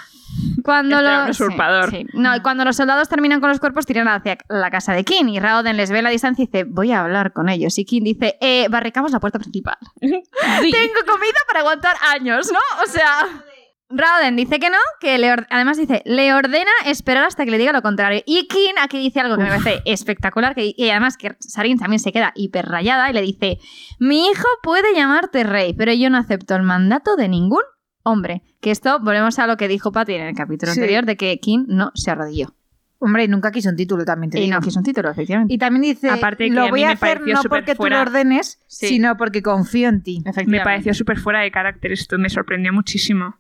Speaker 3: Cuando
Speaker 2: Este era un
Speaker 3: sí,
Speaker 2: usurpador.
Speaker 3: sí. No, y cuando los soldados terminan con los cuerpos, tiran hacia la casa de King y Raoden les ve a la distancia y dice, voy a hablar con ellos. Y King dice, eh, barricamos la puerta principal.
Speaker 2: Sí.
Speaker 3: Tengo comida para aguantar años, ¿no? O sea... Raoden dice que no, que le or- además dice, le ordena esperar hasta que le diga lo contrario. Y King aquí dice algo que me parece espectacular, que, y además que Sarin también se queda hiper rayada y le dice, mi hijo puede llamarte rey, pero yo no acepto el mandato de ningún hombre. Que esto, volvemos a lo que dijo Patty en el capítulo
Speaker 1: Sí.
Speaker 3: anterior, de que King no se arrodilló.
Speaker 1: Hombre, y nunca quiso un título también, te
Speaker 3: Y
Speaker 1: digo.
Speaker 3: no, que es un título, efectivamente.
Speaker 1: Y también dice,
Speaker 2: Aparte que a
Speaker 1: lo
Speaker 2: mí
Speaker 1: voy
Speaker 2: me
Speaker 1: a hacer
Speaker 2: pareció
Speaker 1: no
Speaker 2: súper
Speaker 1: porque
Speaker 2: fuera.
Speaker 1: tú lo ordenes,
Speaker 3: Sí.
Speaker 1: sino porque confío en ti.
Speaker 2: Me pareció súper fuera de carácter esto, me sorprendió muchísimo.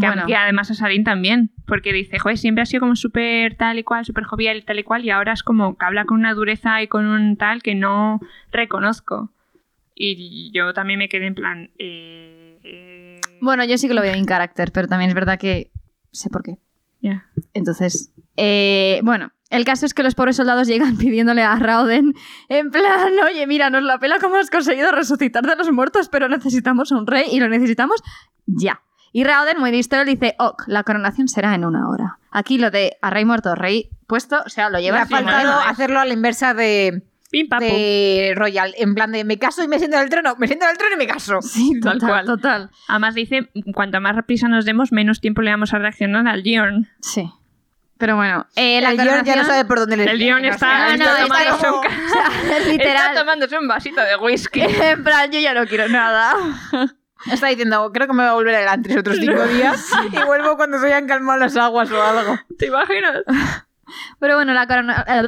Speaker 2: Que, a-
Speaker 3: Bueno.
Speaker 2: que además a Sarin también, porque dice, joder, siempre ha sido como súper tal y cual, súper jovial y tal y cual, y ahora es como que habla con una dureza y con un tal que no reconozco. Y yo también me quedé en plan... eh, eh,
Speaker 3: Bueno, yo sí que lo veo en carácter, pero también es verdad que sé por qué.
Speaker 2: ya.
Speaker 3: Entonces, eh, bueno, el caso es que los pobres soldados llegan pidiéndole a Rauden en plan, oye, mira, nos la pela cómo has conseguido resucitar de los muertos, pero necesitamos un rey y lo necesitamos ya. Y Rauden, muy listo, le dice, ok, la coronación será en una hora. Aquí lo de a rey muerto, rey puesto, o sea, lo
Speaker 1: Le ha
Speaker 3: llevas sin
Speaker 1: faltado
Speaker 3: problema.
Speaker 1: hacerlo a la inversa de,
Speaker 2: Pim, papo.
Speaker 1: de Royal, en plan de me caso y me siento en el trono, me siento en el trono y me caso.
Speaker 3: Sí,
Speaker 2: Tal
Speaker 3: total,
Speaker 2: cual.
Speaker 3: total.
Speaker 2: Además dice, cuanto más prisa nos demos, menos tiempo le vamos a reaccionar al guión.
Speaker 3: Sí. Pero bueno, eh, la
Speaker 1: el guión ya no
Speaker 3: coronación-
Speaker 1: sabe por dónde le
Speaker 2: El guión está,
Speaker 3: No, no,
Speaker 2: está
Speaker 3: está
Speaker 2: tomándose
Speaker 1: como-
Speaker 2: un ca-
Speaker 3: O sea, es
Speaker 2: está
Speaker 3: literal.
Speaker 2: tomándose un vasito de whisky.
Speaker 3: En plan, yo ya no quiero nada.
Speaker 1: Está diciendo, creo que me va a volver el antes otros cinco días y vuelvo cuando se hayan calmado las aguas o algo.
Speaker 2: ¿Te imaginas?
Speaker 3: Pero bueno, la corona. La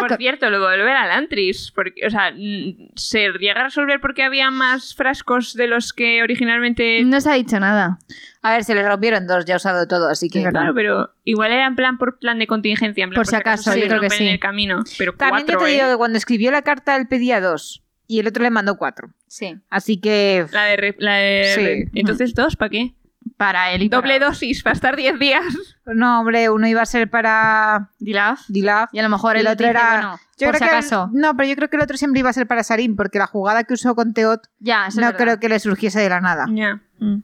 Speaker 2: Por
Speaker 3: cor-
Speaker 2: cierto, lo de volver al Antris, porque, o sea, mm, se llega a resolver porque había más frascos de los que originalmente...
Speaker 3: No se ha dicho nada.
Speaker 1: A ver, se les rompieron dos, ya he usado todo, así que...
Speaker 2: Claro, pero igual era en plan por plan de contingencia, en plan
Speaker 3: Por si acaso,
Speaker 2: se
Speaker 3: yo creo que
Speaker 2: rompen en
Speaker 3: sí.
Speaker 2: el camino, pero
Speaker 1: También yo
Speaker 2: cuatro,
Speaker 1: te digo
Speaker 2: ¿eh?
Speaker 1: que cuando escribió la carta él pedía dos y el otro le mandó cuatro.
Speaker 3: Sí.
Speaker 1: Así que...
Speaker 2: La de... re- la de-
Speaker 1: Sí.
Speaker 2: Entonces, ¿dos para qué?
Speaker 3: Para él y
Speaker 2: Doble
Speaker 3: para
Speaker 2: dosis, para estar diez días.
Speaker 1: No, hombre, uno iba a ser para
Speaker 3: Dilaf.
Speaker 1: Dilaf.
Speaker 3: Y a lo mejor
Speaker 1: Y
Speaker 3: el
Speaker 1: la
Speaker 3: otro
Speaker 1: otra
Speaker 3: era.
Speaker 1: era-
Speaker 3: Bueno,
Speaker 1: Yo
Speaker 3: por
Speaker 1: creo
Speaker 3: si
Speaker 1: que el-
Speaker 3: acaso.
Speaker 1: no, pero yo creo que el otro siempre iba a ser para Sarin, porque la jugada que usó con Teot
Speaker 3: Ya, eso es
Speaker 1: no
Speaker 3: verdad.
Speaker 1: creo que le surgiese de la
Speaker 3: Ah.
Speaker 1: nada.
Speaker 2: Ya. Mm.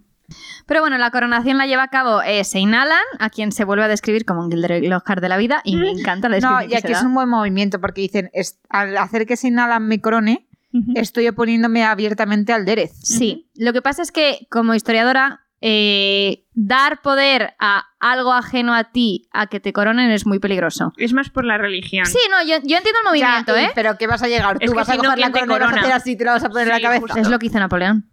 Speaker 3: Pero bueno, la coronación la lleva a cabo eh, Seinalan, a quien se vuelve a describir como un Gilderoy de la vida, Mm. y me encanta la
Speaker 1: No,
Speaker 3: descripción.
Speaker 1: y
Speaker 3: que
Speaker 1: aquí
Speaker 3: se
Speaker 1: es
Speaker 3: da.
Speaker 1: un buen movimiento, porque dicen, "Es- al hacer que se inhalan me corone, estoy oponiéndome abiertamente al Derez.
Speaker 3: Sí, lo que pasa es que como historiadora, eh, dar poder a algo ajeno a ti a que te coronen es muy peligroso.
Speaker 2: Es más por la religión.
Speaker 3: Sí, no, yo, yo entiendo el movimiento,
Speaker 1: Ya, y-
Speaker 3: ¿eh?
Speaker 1: Pero ¿qué vas a llegar?
Speaker 2: Es
Speaker 1: Tú
Speaker 2: que
Speaker 1: vas
Speaker 2: si
Speaker 1: a
Speaker 2: no,
Speaker 1: coger la
Speaker 2: ¿quién te
Speaker 1: corona y vas a
Speaker 2: corona?
Speaker 1: hacer así, te la vas a poner en
Speaker 2: Sí,
Speaker 1: la cabeza.
Speaker 2: justo.
Speaker 3: Es lo que hizo Napoleón.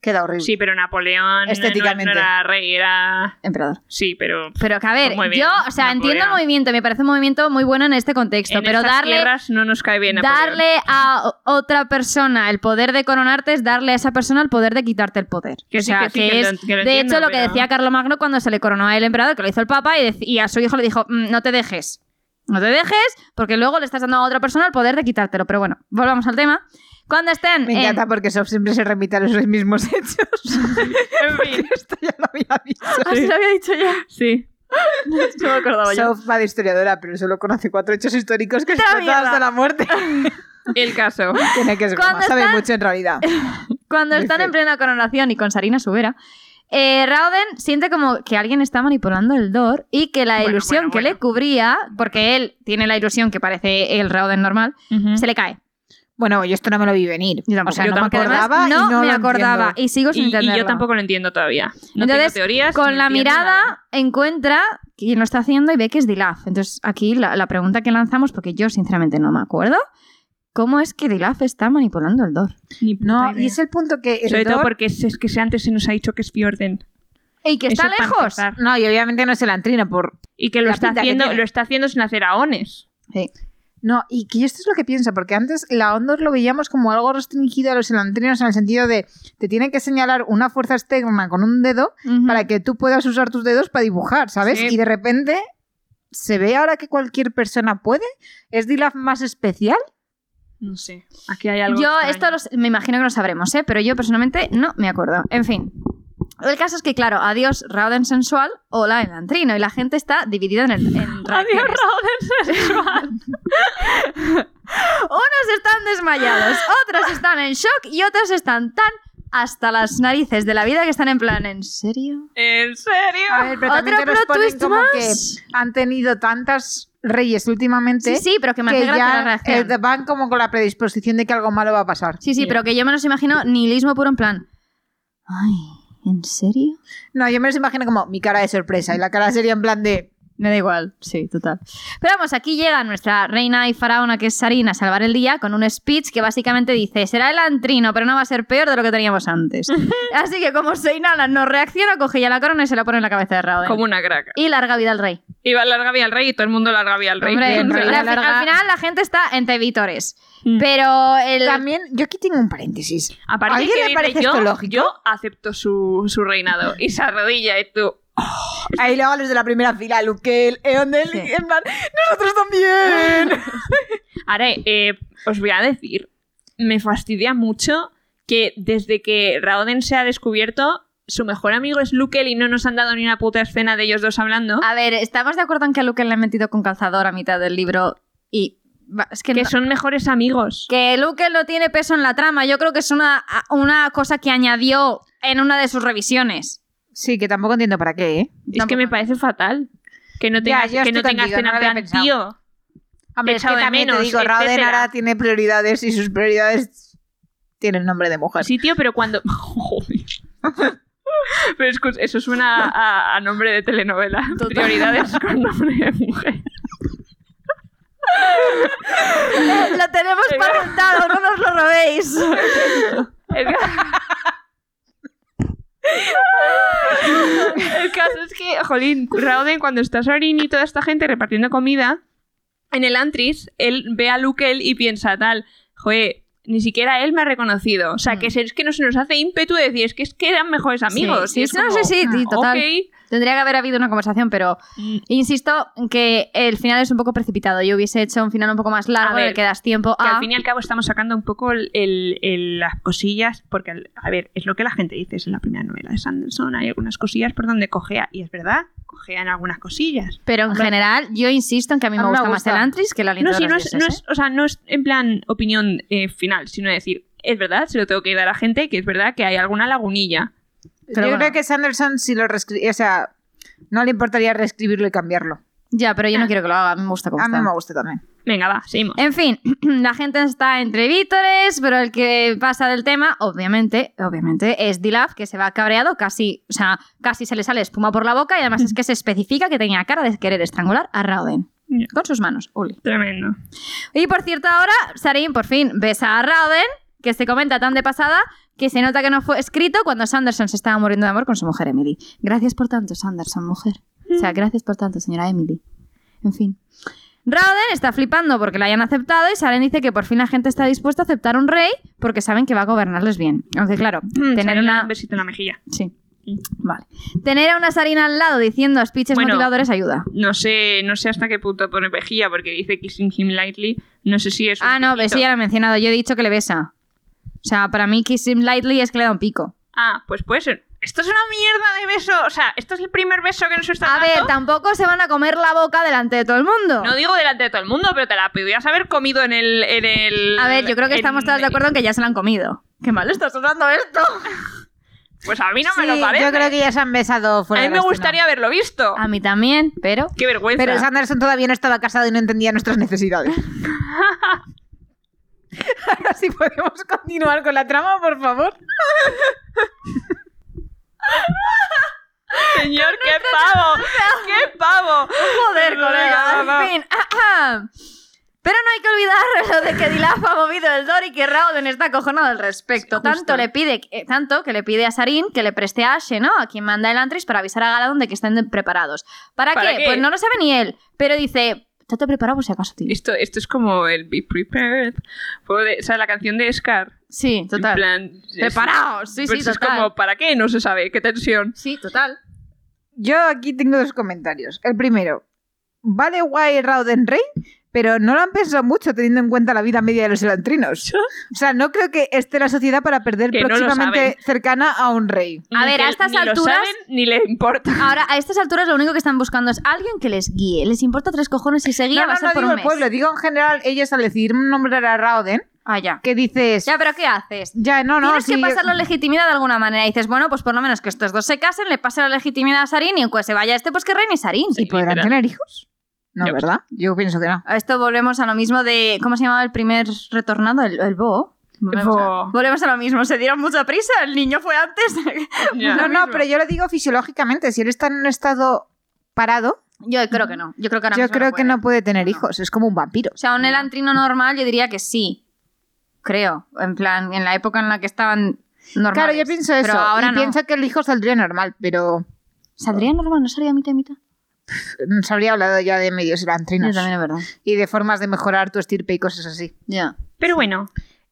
Speaker 1: Queda horrible.
Speaker 2: Sí, pero Napoleón
Speaker 1: Estéticamente.
Speaker 2: No, no era rey, era.
Speaker 3: Emperador.
Speaker 2: Sí, pero.
Speaker 3: Pero que a ver,
Speaker 2: Pues Muy bien,
Speaker 3: yo, o sea,
Speaker 2: Napoleón.
Speaker 3: entiendo el movimiento, me parece un movimiento muy bueno en este contexto,
Speaker 2: en
Speaker 3: pero
Speaker 2: estas
Speaker 3: darle,
Speaker 2: tierras no nos cae bien. Napoleón.
Speaker 3: darle a o- otra persona el poder de coronarte es darle a esa persona el poder de quitarte el poder.
Speaker 2: Que
Speaker 3: o
Speaker 2: sí,
Speaker 3: sea,
Speaker 2: que sí, que
Speaker 3: es,
Speaker 2: lo- que lo
Speaker 3: de
Speaker 2: entiendo,
Speaker 3: hecho, lo que
Speaker 2: pero-
Speaker 3: decía Carlomagno cuando se le coronó a el emperador, que lo hizo el papa, y, dec- y a su hijo le dijo, "Mm, no te dejes, no te dejes, porque luego le estás dando a otra persona el poder de quitártelo. Pero bueno, volvamos al tema. Cuando estén
Speaker 1: Me
Speaker 3: en-
Speaker 1: encanta porque Sof siempre se remite a los mismos hechos.
Speaker 2: En fin,
Speaker 1: Esto ya lo había visto.
Speaker 3: Ah, se lo había dicho ya.
Speaker 2: sí. No me acordaba yo.
Speaker 1: Sof va de historiadora, pero solo conoce cuatro hechos históricos que
Speaker 3: ¡Otra
Speaker 1: están
Speaker 3: mierda!
Speaker 1: hasta la muerte.
Speaker 2: El caso.
Speaker 1: Tiene que ser
Speaker 3: Cuando
Speaker 1: broma, sabe
Speaker 3: están-
Speaker 1: mucho en realidad.
Speaker 3: Cuando
Speaker 1: Muy
Speaker 3: están
Speaker 1: feo.
Speaker 3: en plena coronación y con Sarina Subera, eh, Rauden siente como que alguien está manipulando el Dor y que la
Speaker 2: Bueno,
Speaker 3: ilusión
Speaker 2: bueno,
Speaker 3: que
Speaker 2: bueno.
Speaker 3: le cubría, porque él tiene la ilusión que parece el Rauden normal, se le cae.
Speaker 1: Bueno, yo esto no me lo vi venir.
Speaker 3: Yo tampoco,
Speaker 1: O sea,
Speaker 2: yo
Speaker 1: no
Speaker 2: tampoco.
Speaker 1: me
Speaker 3: Además,
Speaker 1: acordaba y
Speaker 3: no,
Speaker 1: no
Speaker 3: me
Speaker 1: lo
Speaker 3: acordaba
Speaker 1: entiendo.
Speaker 3: y sigo sin
Speaker 2: Y, y
Speaker 3: entenderlo.
Speaker 2: yo tampoco lo entiendo todavía. No
Speaker 3: Entonces,
Speaker 2: tengo teorías. ni
Speaker 3: Con la
Speaker 2: entiendo
Speaker 3: mirada
Speaker 2: nada.
Speaker 3: encuentra quién lo está haciendo y ve que es Dilaf. Entonces aquí la, la pregunta que lanzamos, porque yo sinceramente no me acuerdo, ¿cómo es que Dilaf está manipulando el Dor?
Speaker 2: Ni puta
Speaker 1: No,
Speaker 2: idea.
Speaker 1: y es el punto que el
Speaker 2: Sobre todo
Speaker 1: Dor-
Speaker 2: porque es, es que se- antes se nos ha dicho que es Fjorden.
Speaker 3: Y que
Speaker 2: Eso
Speaker 3: está
Speaker 2: para
Speaker 3: lejos.
Speaker 2: empezar.
Speaker 1: No, y obviamente no es el antrino por...
Speaker 2: Y que lo
Speaker 1: La
Speaker 2: está,
Speaker 1: pinta que
Speaker 2: haciendo,
Speaker 1: tiene.
Speaker 2: lo está haciendo sin hacer aones.
Speaker 1: No, y que esto es lo que pienso, porque antes la Ondor lo veíamos como algo restringido a los elantrinos en el sentido de te tienen que señalar una fuerza estegma con un dedo
Speaker 3: Ujú.
Speaker 1: para que tú puedas usar tus dedos para dibujar, ¿sabes?
Speaker 2: Sí.
Speaker 1: Y de repente se ve ahora que cualquier persona puede. ¿Es Dilaf más especial?
Speaker 2: No sé. Aquí hay algo.
Speaker 3: Yo
Speaker 2: extraño.
Speaker 3: esto los- me imagino que lo sabremos, ¿eh? pero yo personalmente no me acuerdo. En fin. El caso es que, claro, adiós Rauden sensual, hola el antrino. Y la gente está dividida en el... en
Speaker 2: Adiós,
Speaker 3: reacciones.
Speaker 2: Rauden sexual.
Speaker 3: Unos están desmayados, otros están en shock y otros están tan hasta las narices de la vida que están en plan, ¿en serio?
Speaker 2: ¿En serio?
Speaker 1: A ver, pero
Speaker 3: ¿Otro
Speaker 1: también te nos
Speaker 3: plot
Speaker 1: ponen
Speaker 3: twist
Speaker 1: como que
Speaker 3: más?
Speaker 1: han tenido tantas reyes últimamente
Speaker 3: Sí, sí, pero que me hace
Speaker 1: que
Speaker 3: gracia la
Speaker 1: ya
Speaker 3: reacción.
Speaker 1: eh, van como con la predisposición de que algo malo va a pasar.
Speaker 3: Sí, sí,
Speaker 2: Bien.
Speaker 3: pero que yo me los imagino nihilismo puro en plan, ay, ¿en serio?
Speaker 1: No, yo me los imagino como mi cara de sorpresa y la cara sería en plan de...
Speaker 3: Me da igual, sí, total. Pero vamos, aquí llega nuestra reina y faraona, que es Sarina, a salvar el día con un speech que básicamente dice: será el antrino, pero no va a ser peor de lo que teníamos antes. Así que, como Seinala no reacciona, coge ya la corona y se la pone en la cabeza de Rauden.
Speaker 2: Como una craca.
Speaker 3: Y larga vida al rey.
Speaker 2: Iba larga vía al rey y todo el mundo larga vía al rey.
Speaker 3: Hombre,
Speaker 1: bien,
Speaker 3: al
Speaker 1: rey.
Speaker 3: fin- al,
Speaker 1: Larga.
Speaker 3: final la gente está entre vítores.
Speaker 2: Mm.
Speaker 3: Pero el.
Speaker 1: También, yo aquí tengo un paréntesis.
Speaker 2: Aparte
Speaker 1: ¿Alguien
Speaker 2: que
Speaker 1: le
Speaker 2: dice,
Speaker 1: parece
Speaker 2: yo,
Speaker 1: esto lógico?
Speaker 2: Yo acepto su, su reinado y se arrodilla y tú.
Speaker 1: Ahí luego los de la primera fila, Luquel, Eondel,
Speaker 3: Sí.
Speaker 1: en plan, nosotros también.
Speaker 2: Ahora, eh, os voy a decir, me fastidia mucho que desde que Raoden se ha descubierto, su mejor amigo es Lukel y no nos han dado ni una puta escena de ellos dos hablando.
Speaker 1: Ah,
Speaker 3: A ver, estamos de acuerdo en que a Luke le han metido con calzador a mitad del libro y. va, Es que,
Speaker 2: que
Speaker 3: no-
Speaker 2: son mejores amigos.
Speaker 3: Que Luke no tiene peso en la trama. Yo creo que es una, una cosa que añadió en una de sus revisiones.
Speaker 1: Sí, que tampoco entiendo para qué, ¿eh?
Speaker 2: es que
Speaker 3: Tampoco-
Speaker 2: me parece fatal. Que no
Speaker 1: Ya,
Speaker 2: tengas,
Speaker 1: yo
Speaker 2: que no
Speaker 1: estoy
Speaker 2: tengas
Speaker 1: contigo, no
Speaker 2: escena
Speaker 1: lo
Speaker 2: en
Speaker 1: había
Speaker 2: plan, tío.
Speaker 1: Hombre, es que
Speaker 2: echado de
Speaker 1: también
Speaker 2: menos,
Speaker 1: te digo, Rauden
Speaker 2: etcétera.
Speaker 1: ahora tiene prioridades y sus prioridades tienen nombre de mujer.
Speaker 2: Sí, tío, pero cuando. Joder. Pero escucha, eso suena a, a nombre de telenovela. Prioridades con nombre de mujer.
Speaker 3: Lo tenemos
Speaker 2: Venga.
Speaker 3: patentado, no nos lo robéis.
Speaker 2: El ca- El caso... es que, jolín, Rauden, cuando está Sorin y toda esta gente repartiendo comida, en el Antris, él ve a Lukel y piensa tal, joder, ni siquiera él me ha reconocido. O sea, que es que no se nos hace ímpetu de decir, es que, es que eran mejores amigos.
Speaker 3: Mm. sí,
Speaker 2: Y es
Speaker 3: sí, no,
Speaker 2: como,
Speaker 3: sí, sí, sí,
Speaker 2: "Ah,
Speaker 3: total".
Speaker 2: ok.
Speaker 3: Tendría que haber habido una conversación, pero
Speaker 2: Mm.
Speaker 3: insisto en que el final es un poco precipitado. Yo hubiese hecho un final un poco más largo
Speaker 2: A ver,
Speaker 3: en el que das tiempo
Speaker 2: Que
Speaker 3: a.
Speaker 2: al fin y al cabo estamos sacando un poco el- el- el- las cosillas, porque, al- a ver, es lo que la gente dice, es en la primera novela de Sanderson, hay algunas cosillas por donde cojea, y es verdad, cojea en algunas cosillas.
Speaker 3: Pero en
Speaker 2: Hombre.
Speaker 3: general, yo insisto en que a mí me
Speaker 1: A mí me
Speaker 3: gusta, más
Speaker 1: gusta.
Speaker 3: el Antris que el aliento
Speaker 2: No,
Speaker 3: de
Speaker 2: sí,
Speaker 3: los
Speaker 2: no es,
Speaker 3: dioses,
Speaker 2: no
Speaker 3: ¿eh?
Speaker 2: es- o sea, no es en plan opinión eh, final, sino decir, es verdad, se lo tengo que dar a gente, que es verdad que hay alguna lagunilla.
Speaker 1: Yo
Speaker 3: pero bueno.
Speaker 1: creo que Sanderson, si lo reescribe, o sea, no le importaría reescribirlo y cambiarlo.
Speaker 3: Ya, pero yo no quiero que lo haga, me gusta como
Speaker 1: Ah. A mí
Speaker 3: está.
Speaker 1: me gusta también.
Speaker 2: Venga, va, seguimos.
Speaker 3: En fin, la gente está entre vítores, pero el que pasa del tema, obviamente, obviamente, es Dilaf, que se va cabreado, casi, o sea, casi se le sale espuma por la boca y además es que se especifica que tenía cara de querer estrangular a Rauden.
Speaker 2: Ya.
Speaker 3: Con sus manos, Uli.
Speaker 2: Tremendo.
Speaker 3: Y por cierto, ahora Sarin por fin besa a Rauden, que se comenta tan de pasada que se nota que no fue escrito cuando Sanderson se estaba muriendo de amor con su mujer Emily. Gracias por tanto, Sanderson, mujer. O sea, gracias por tanto, señora Emily. En fin. Rowden está flipando porque la hayan aceptado y Saren dice que por fin la gente está dispuesta a aceptar un rey porque saben que va a gobernarles bien. Aunque claro, tener
Speaker 2: Salen
Speaker 3: una...
Speaker 2: Mm, Un besito en la mejilla.
Speaker 3: Sí. Vale. Tener a una Sarina al lado diciendo speeches
Speaker 2: Bueno.
Speaker 3: motivadores ayuda.
Speaker 2: No sé, no sé hasta qué punto pone mejilla porque dice kissing him lightly. No sé si es. un
Speaker 3: Ah, no,
Speaker 2: piquito.
Speaker 3: ves, sí, ya lo he mencionado. Yo he dicho que le besa. O sea, para mí Kissing Lightly es que le da un pico.
Speaker 2: Ah, pues puede ser. Esto es una mierda de beso. O sea, esto es el primer beso que nos está
Speaker 3: A ver, tampoco se van a comer la boca delante de todo el mundo.
Speaker 2: No digo delante de todo el mundo, pero te la podías haber comido en el. En el
Speaker 3: a ver, yo creo que
Speaker 2: en-
Speaker 3: estamos todas de acuerdo en que ya se la han comido. Qué mal está sonando esto.
Speaker 2: Pues a mí no me
Speaker 1: Sí,
Speaker 2: lo parece.
Speaker 1: Yo creo que ya se han besado
Speaker 2: a
Speaker 1: fuera de
Speaker 2: mí
Speaker 1: la
Speaker 2: me
Speaker 1: escena.
Speaker 2: gustaría haberlo visto.
Speaker 3: A mí también, pero...
Speaker 2: Qué vergüenza.
Speaker 1: Pero Sanderson todavía no estaba casado y no entendía nuestras necesidades. Ahora sí podemos continuar con la trama, por favor.
Speaker 2: Señor, qué pavo. Qué pavo.
Speaker 3: Joder,
Speaker 2: Venga,
Speaker 3: colega.
Speaker 2: va, va.
Speaker 3: En fin. Pero no hay que olvidar lo de que Dilaf ha movido el Dor y que Rauden está acojonado al respecto.
Speaker 2: Sí, justo.
Speaker 3: tanto, le pide, eh, tanto que le pide a Sarin que le preste a Ashe, ¿no? A quien manda el Antris para avisar a Galadón de que estén de- preparados. ¿Para,
Speaker 2: ¿Para qué?
Speaker 3: Pues no lo sabe ni él. Pero dice, estate preparado por si acaso, tío.
Speaker 2: Esto, esto es como el Be Prepared. Fue de- o sea, la canción de Scar.
Speaker 3: Sí,
Speaker 2: En
Speaker 3: total.
Speaker 2: plan, es-
Speaker 3: Preparaos, sí,
Speaker 2: pues
Speaker 3: sí,
Speaker 2: Es
Speaker 3: total.
Speaker 2: como, ¿para qué? No se sabe. Qué tensión.
Speaker 3: Sí, total.
Speaker 1: Yo aquí tengo dos comentarios. El primero, vale guay Rauden Rey, pero no lo han pensado mucho teniendo en cuenta la vida media de los elantrinos. O sea, no creo que esté la sociedad para perder
Speaker 2: Que no lo
Speaker 1: próximamente
Speaker 2: saben.
Speaker 1: cercana a un rey.
Speaker 3: A
Speaker 2: Ni
Speaker 3: ver,
Speaker 2: que-
Speaker 3: a estas
Speaker 2: ni lo
Speaker 3: alturas-
Speaker 2: saben, ni le importa.
Speaker 3: Ahora, a estas alturas lo único que están buscando es alguien que les guíe. Les importa tres cojones si se guía
Speaker 1: No, no,
Speaker 3: va a ser
Speaker 1: no
Speaker 3: por
Speaker 1: digo
Speaker 3: un
Speaker 1: el
Speaker 3: mes.
Speaker 1: pueblo, digo en general ellos al decidir nombrar a Rauden,
Speaker 3: Ah, ya.
Speaker 1: que dices...
Speaker 3: Ya, pero ¿qué haces?
Speaker 1: Ya, no, no,
Speaker 3: Tienes que
Speaker 1: sí,
Speaker 3: pasar la legitimidad de alguna manera. Y dices, bueno, pues por lo menos que estos dos se casen, le pase la legitimidad a Sarin y en cuanto se vaya este, pues que reine Sarin.
Speaker 1: ¿Y podrán
Speaker 2: literal.
Speaker 1: tener hijos? No,
Speaker 2: Yo-
Speaker 1: ¿verdad? Yo pienso que no.
Speaker 3: A Esto volvemos a lo mismo de. ¿Cómo se llamaba el primer retornado? El, el Bo. Volvemos,
Speaker 2: Bo.
Speaker 3: A, volvemos a lo mismo. Se dieron mucha prisa. El niño fue antes.
Speaker 2: Ya.
Speaker 1: No, no, pero yo lo digo fisiológicamente. Si él está en un estado parado,
Speaker 3: yo creo que no. Yo creo que ahora
Speaker 1: yo
Speaker 3: mismo
Speaker 1: creo que no
Speaker 3: puede.
Speaker 1: puede tener
Speaker 3: No.
Speaker 1: hijos. Es como un vampiro.
Speaker 3: O sea, un elantrino normal, yo diría que sí. Creo. En plan, en la época en la que estaban. Normales.
Speaker 1: Claro, yo pienso eso.
Speaker 3: Pero ahora
Speaker 1: y
Speaker 3: no.
Speaker 1: pienso que el hijo saldría normal, pero
Speaker 3: ¿Saldría normal? ¿No saldría mitad y mitad?
Speaker 1: mm, se habría hablado ya de medios
Speaker 3: Yo
Speaker 1: elantrinos
Speaker 3: también es verdad.
Speaker 1: y de formas de mejorar tu estirpe y cosas así.
Speaker 3: Ya.
Speaker 2: Pero bueno.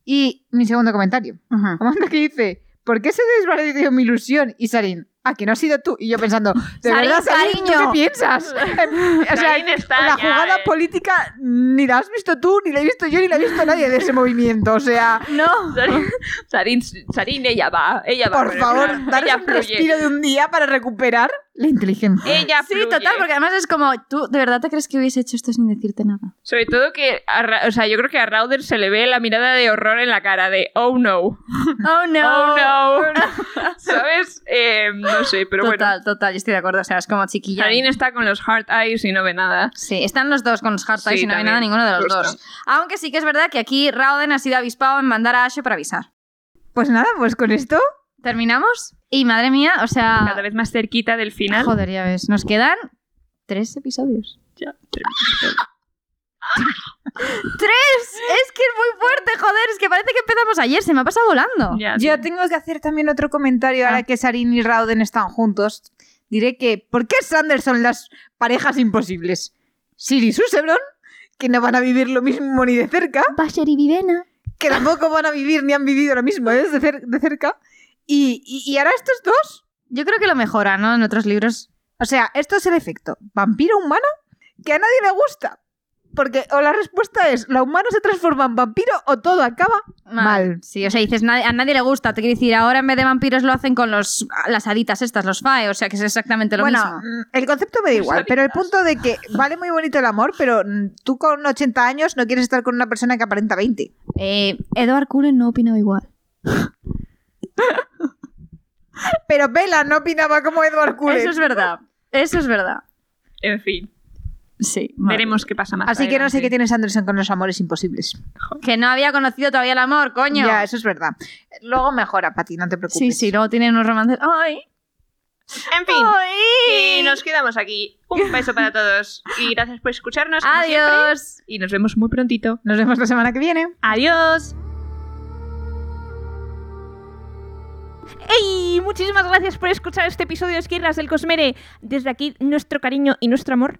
Speaker 1: Y mi segundo comentario.
Speaker 3: Ujú.
Speaker 1: Amanda que dice, ¿por qué se desvaneció mi ilusión? Y Sarin, ¿a que no has sido tú? Y yo pensando, ¿de
Speaker 3: Sarin,
Speaker 1: verdad, Sarin, ¿tú qué
Speaker 3: cariño.
Speaker 1: piensas? o sea,
Speaker 2: Sarin está
Speaker 1: la
Speaker 2: ya,
Speaker 1: jugada
Speaker 2: eh.
Speaker 1: política ni la has visto tú, ni la he visto yo, ni la ha visto nadie de ese movimiento. O sea,
Speaker 3: No.
Speaker 2: Sarin, Sarin, Sarin, ella va. Ella va.
Speaker 1: por
Speaker 2: con el
Speaker 1: favor,
Speaker 2: plan.
Speaker 1: daros
Speaker 2: Ella
Speaker 1: un
Speaker 2: fluye. Eh.
Speaker 1: respiro de un día para recuperar la inteligencia.
Speaker 2: Ella
Speaker 3: Sí,
Speaker 2: fluye.
Speaker 3: total, porque además es como, ¿tú de verdad te crees que hubiese hecho esto sin decirte nada?
Speaker 2: Sobre todo que, a Ra- o sea, yo creo que a Rauder se le ve la mirada de horror en la cara de oh no,
Speaker 3: Oh, no.
Speaker 2: oh no, ¿sabes? Eh, no sé, pero
Speaker 3: Total, total, yo estoy de acuerdo. O sea, es como
Speaker 2: bueno.
Speaker 3: chiquilla.
Speaker 2: Sarin está con los hard eyes y no ve nada.
Speaker 3: Sí, están los dos con los hard
Speaker 2: Sí,
Speaker 3: eyes y no hay
Speaker 2: también,
Speaker 3: nada ninguno de los
Speaker 2: justo.
Speaker 3: dos. Aunque sí que es verdad que aquí Rauden ha sido avispado en mandar a Ashe para avisar.
Speaker 1: Pues nada, pues con esto
Speaker 3: ¿Terminamos? Y madre mía, o sea.
Speaker 2: Cada vez más cerquita del final.
Speaker 3: Ah. Joder, ya ves. Nos quedan tres episodios.
Speaker 2: Ya.
Speaker 3: ¡Tres! Es que es muy fuerte, joder. Es que parece que empezamos ayer. Se me ha pasado volando.
Speaker 2: Ya,
Speaker 1: Yo
Speaker 2: sí.
Speaker 1: tengo que hacer también otro comentario ahora
Speaker 3: Ah.
Speaker 1: que Sarin y Rauden están juntos. Diré que, ¿por qué Sanderson las parejas imposibles? Siri y Susebron, que no van a vivir lo mismo ni de cerca,
Speaker 3: Basher y Vivena.
Speaker 1: que tampoco van a vivir ni han vivido lo mismo ¿eh? de, cer- de cerca. Y, y, y ahora estos dos,
Speaker 3: Yo creo que lo mejora, ¿no? En otros libros.
Speaker 1: o sea, esto es el efecto vampiro humano que a nadie le gusta. Porque o la respuesta es, la humana se transforma en vampiro o todo acaba Mal.
Speaker 3: Sí, o sea, dices, "Nadie- a nadie le gusta. Te quiero decir, ahora en vez de vampiros lo hacen con los, las haditas estas, los fae, o sea, que es exactamente lo
Speaker 1: bueno,
Speaker 3: mismo.
Speaker 1: mm, el concepto me da igual, pero el punto de que vale muy bonito el amor, pero mm, tú con 80 años no quieres estar con una persona que aparenta 20.
Speaker 3: Eh, Edward Cullen no opinaba igual.
Speaker 1: Pero Bella no opinaba como Edward Cullen.
Speaker 3: Eso es verdad. Eso es verdad.
Speaker 2: En fin,
Speaker 3: Sí.
Speaker 2: veremos qué pasa más.
Speaker 1: Así que no sé qué
Speaker 2: adelante.
Speaker 1: tienes Anderson con los amores imposibles.
Speaker 3: Que no había conocido todavía el amor, coño.
Speaker 1: Ya, eso es verdad. Luego mejora, Pati, no te preocupes.
Speaker 3: sí, sí, luego tienen unos romances. ¡Ay!
Speaker 2: En fin,
Speaker 3: ¡Ay!
Speaker 2: y nos quedamos aquí. Un beso para todos y gracias por escucharnos. como siempre.
Speaker 3: ¡Adiós!
Speaker 2: Y nos vemos muy prontito.
Speaker 1: Nos vemos la semana que viene.
Speaker 2: Adiós.
Speaker 5: ¡Ey! Muchísimas gracias por escuchar este episodio de Esquirlas del Cosmere. Desde aquí, nuestro cariño y nuestro amor.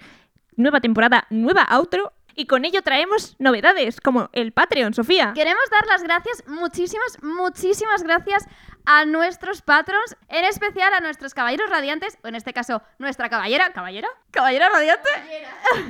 Speaker 5: Nueva temporada, nueva outro. Y con ello traemos novedades, como el Patreon, Sofía.
Speaker 3: Queremos dar las gracias, muchísimas, muchísimas gracias a nuestros patrons, en especial a nuestros caballeros radiantes, o en este caso, nuestra caballera, ¿caballera? ¿Caballera radiante?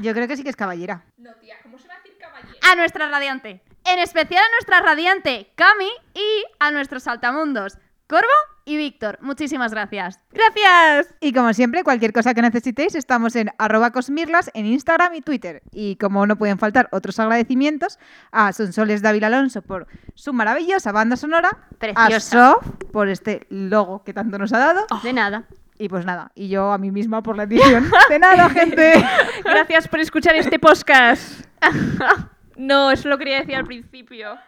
Speaker 1: Yo creo que sí que es caballera.
Speaker 5: No, tía, ¿cómo se va a decir caballero?
Speaker 3: A nuestra radiante. En especial a nuestra radiante, Cami, y a nuestros saltamundos, Corvo y Víctor. Muchísimas gracias.
Speaker 5: ¡Gracias!
Speaker 1: Y como siempre, cualquier cosa que necesitéis, estamos en arroba cosmirlas en Instagram y Twitter. Y como no pueden faltar otros agradecimientos, a Sonsoles David Alonso por su maravillosa banda sonora, a
Speaker 3: Preciosa.
Speaker 1: Sof por este logo que tanto nos ha dado,
Speaker 3: De nada.
Speaker 1: y pues nada, y yo a mí misma por la edición. De nada, gente.
Speaker 5: Gracias por escuchar este podcast. No, eso lo quería decir al principio.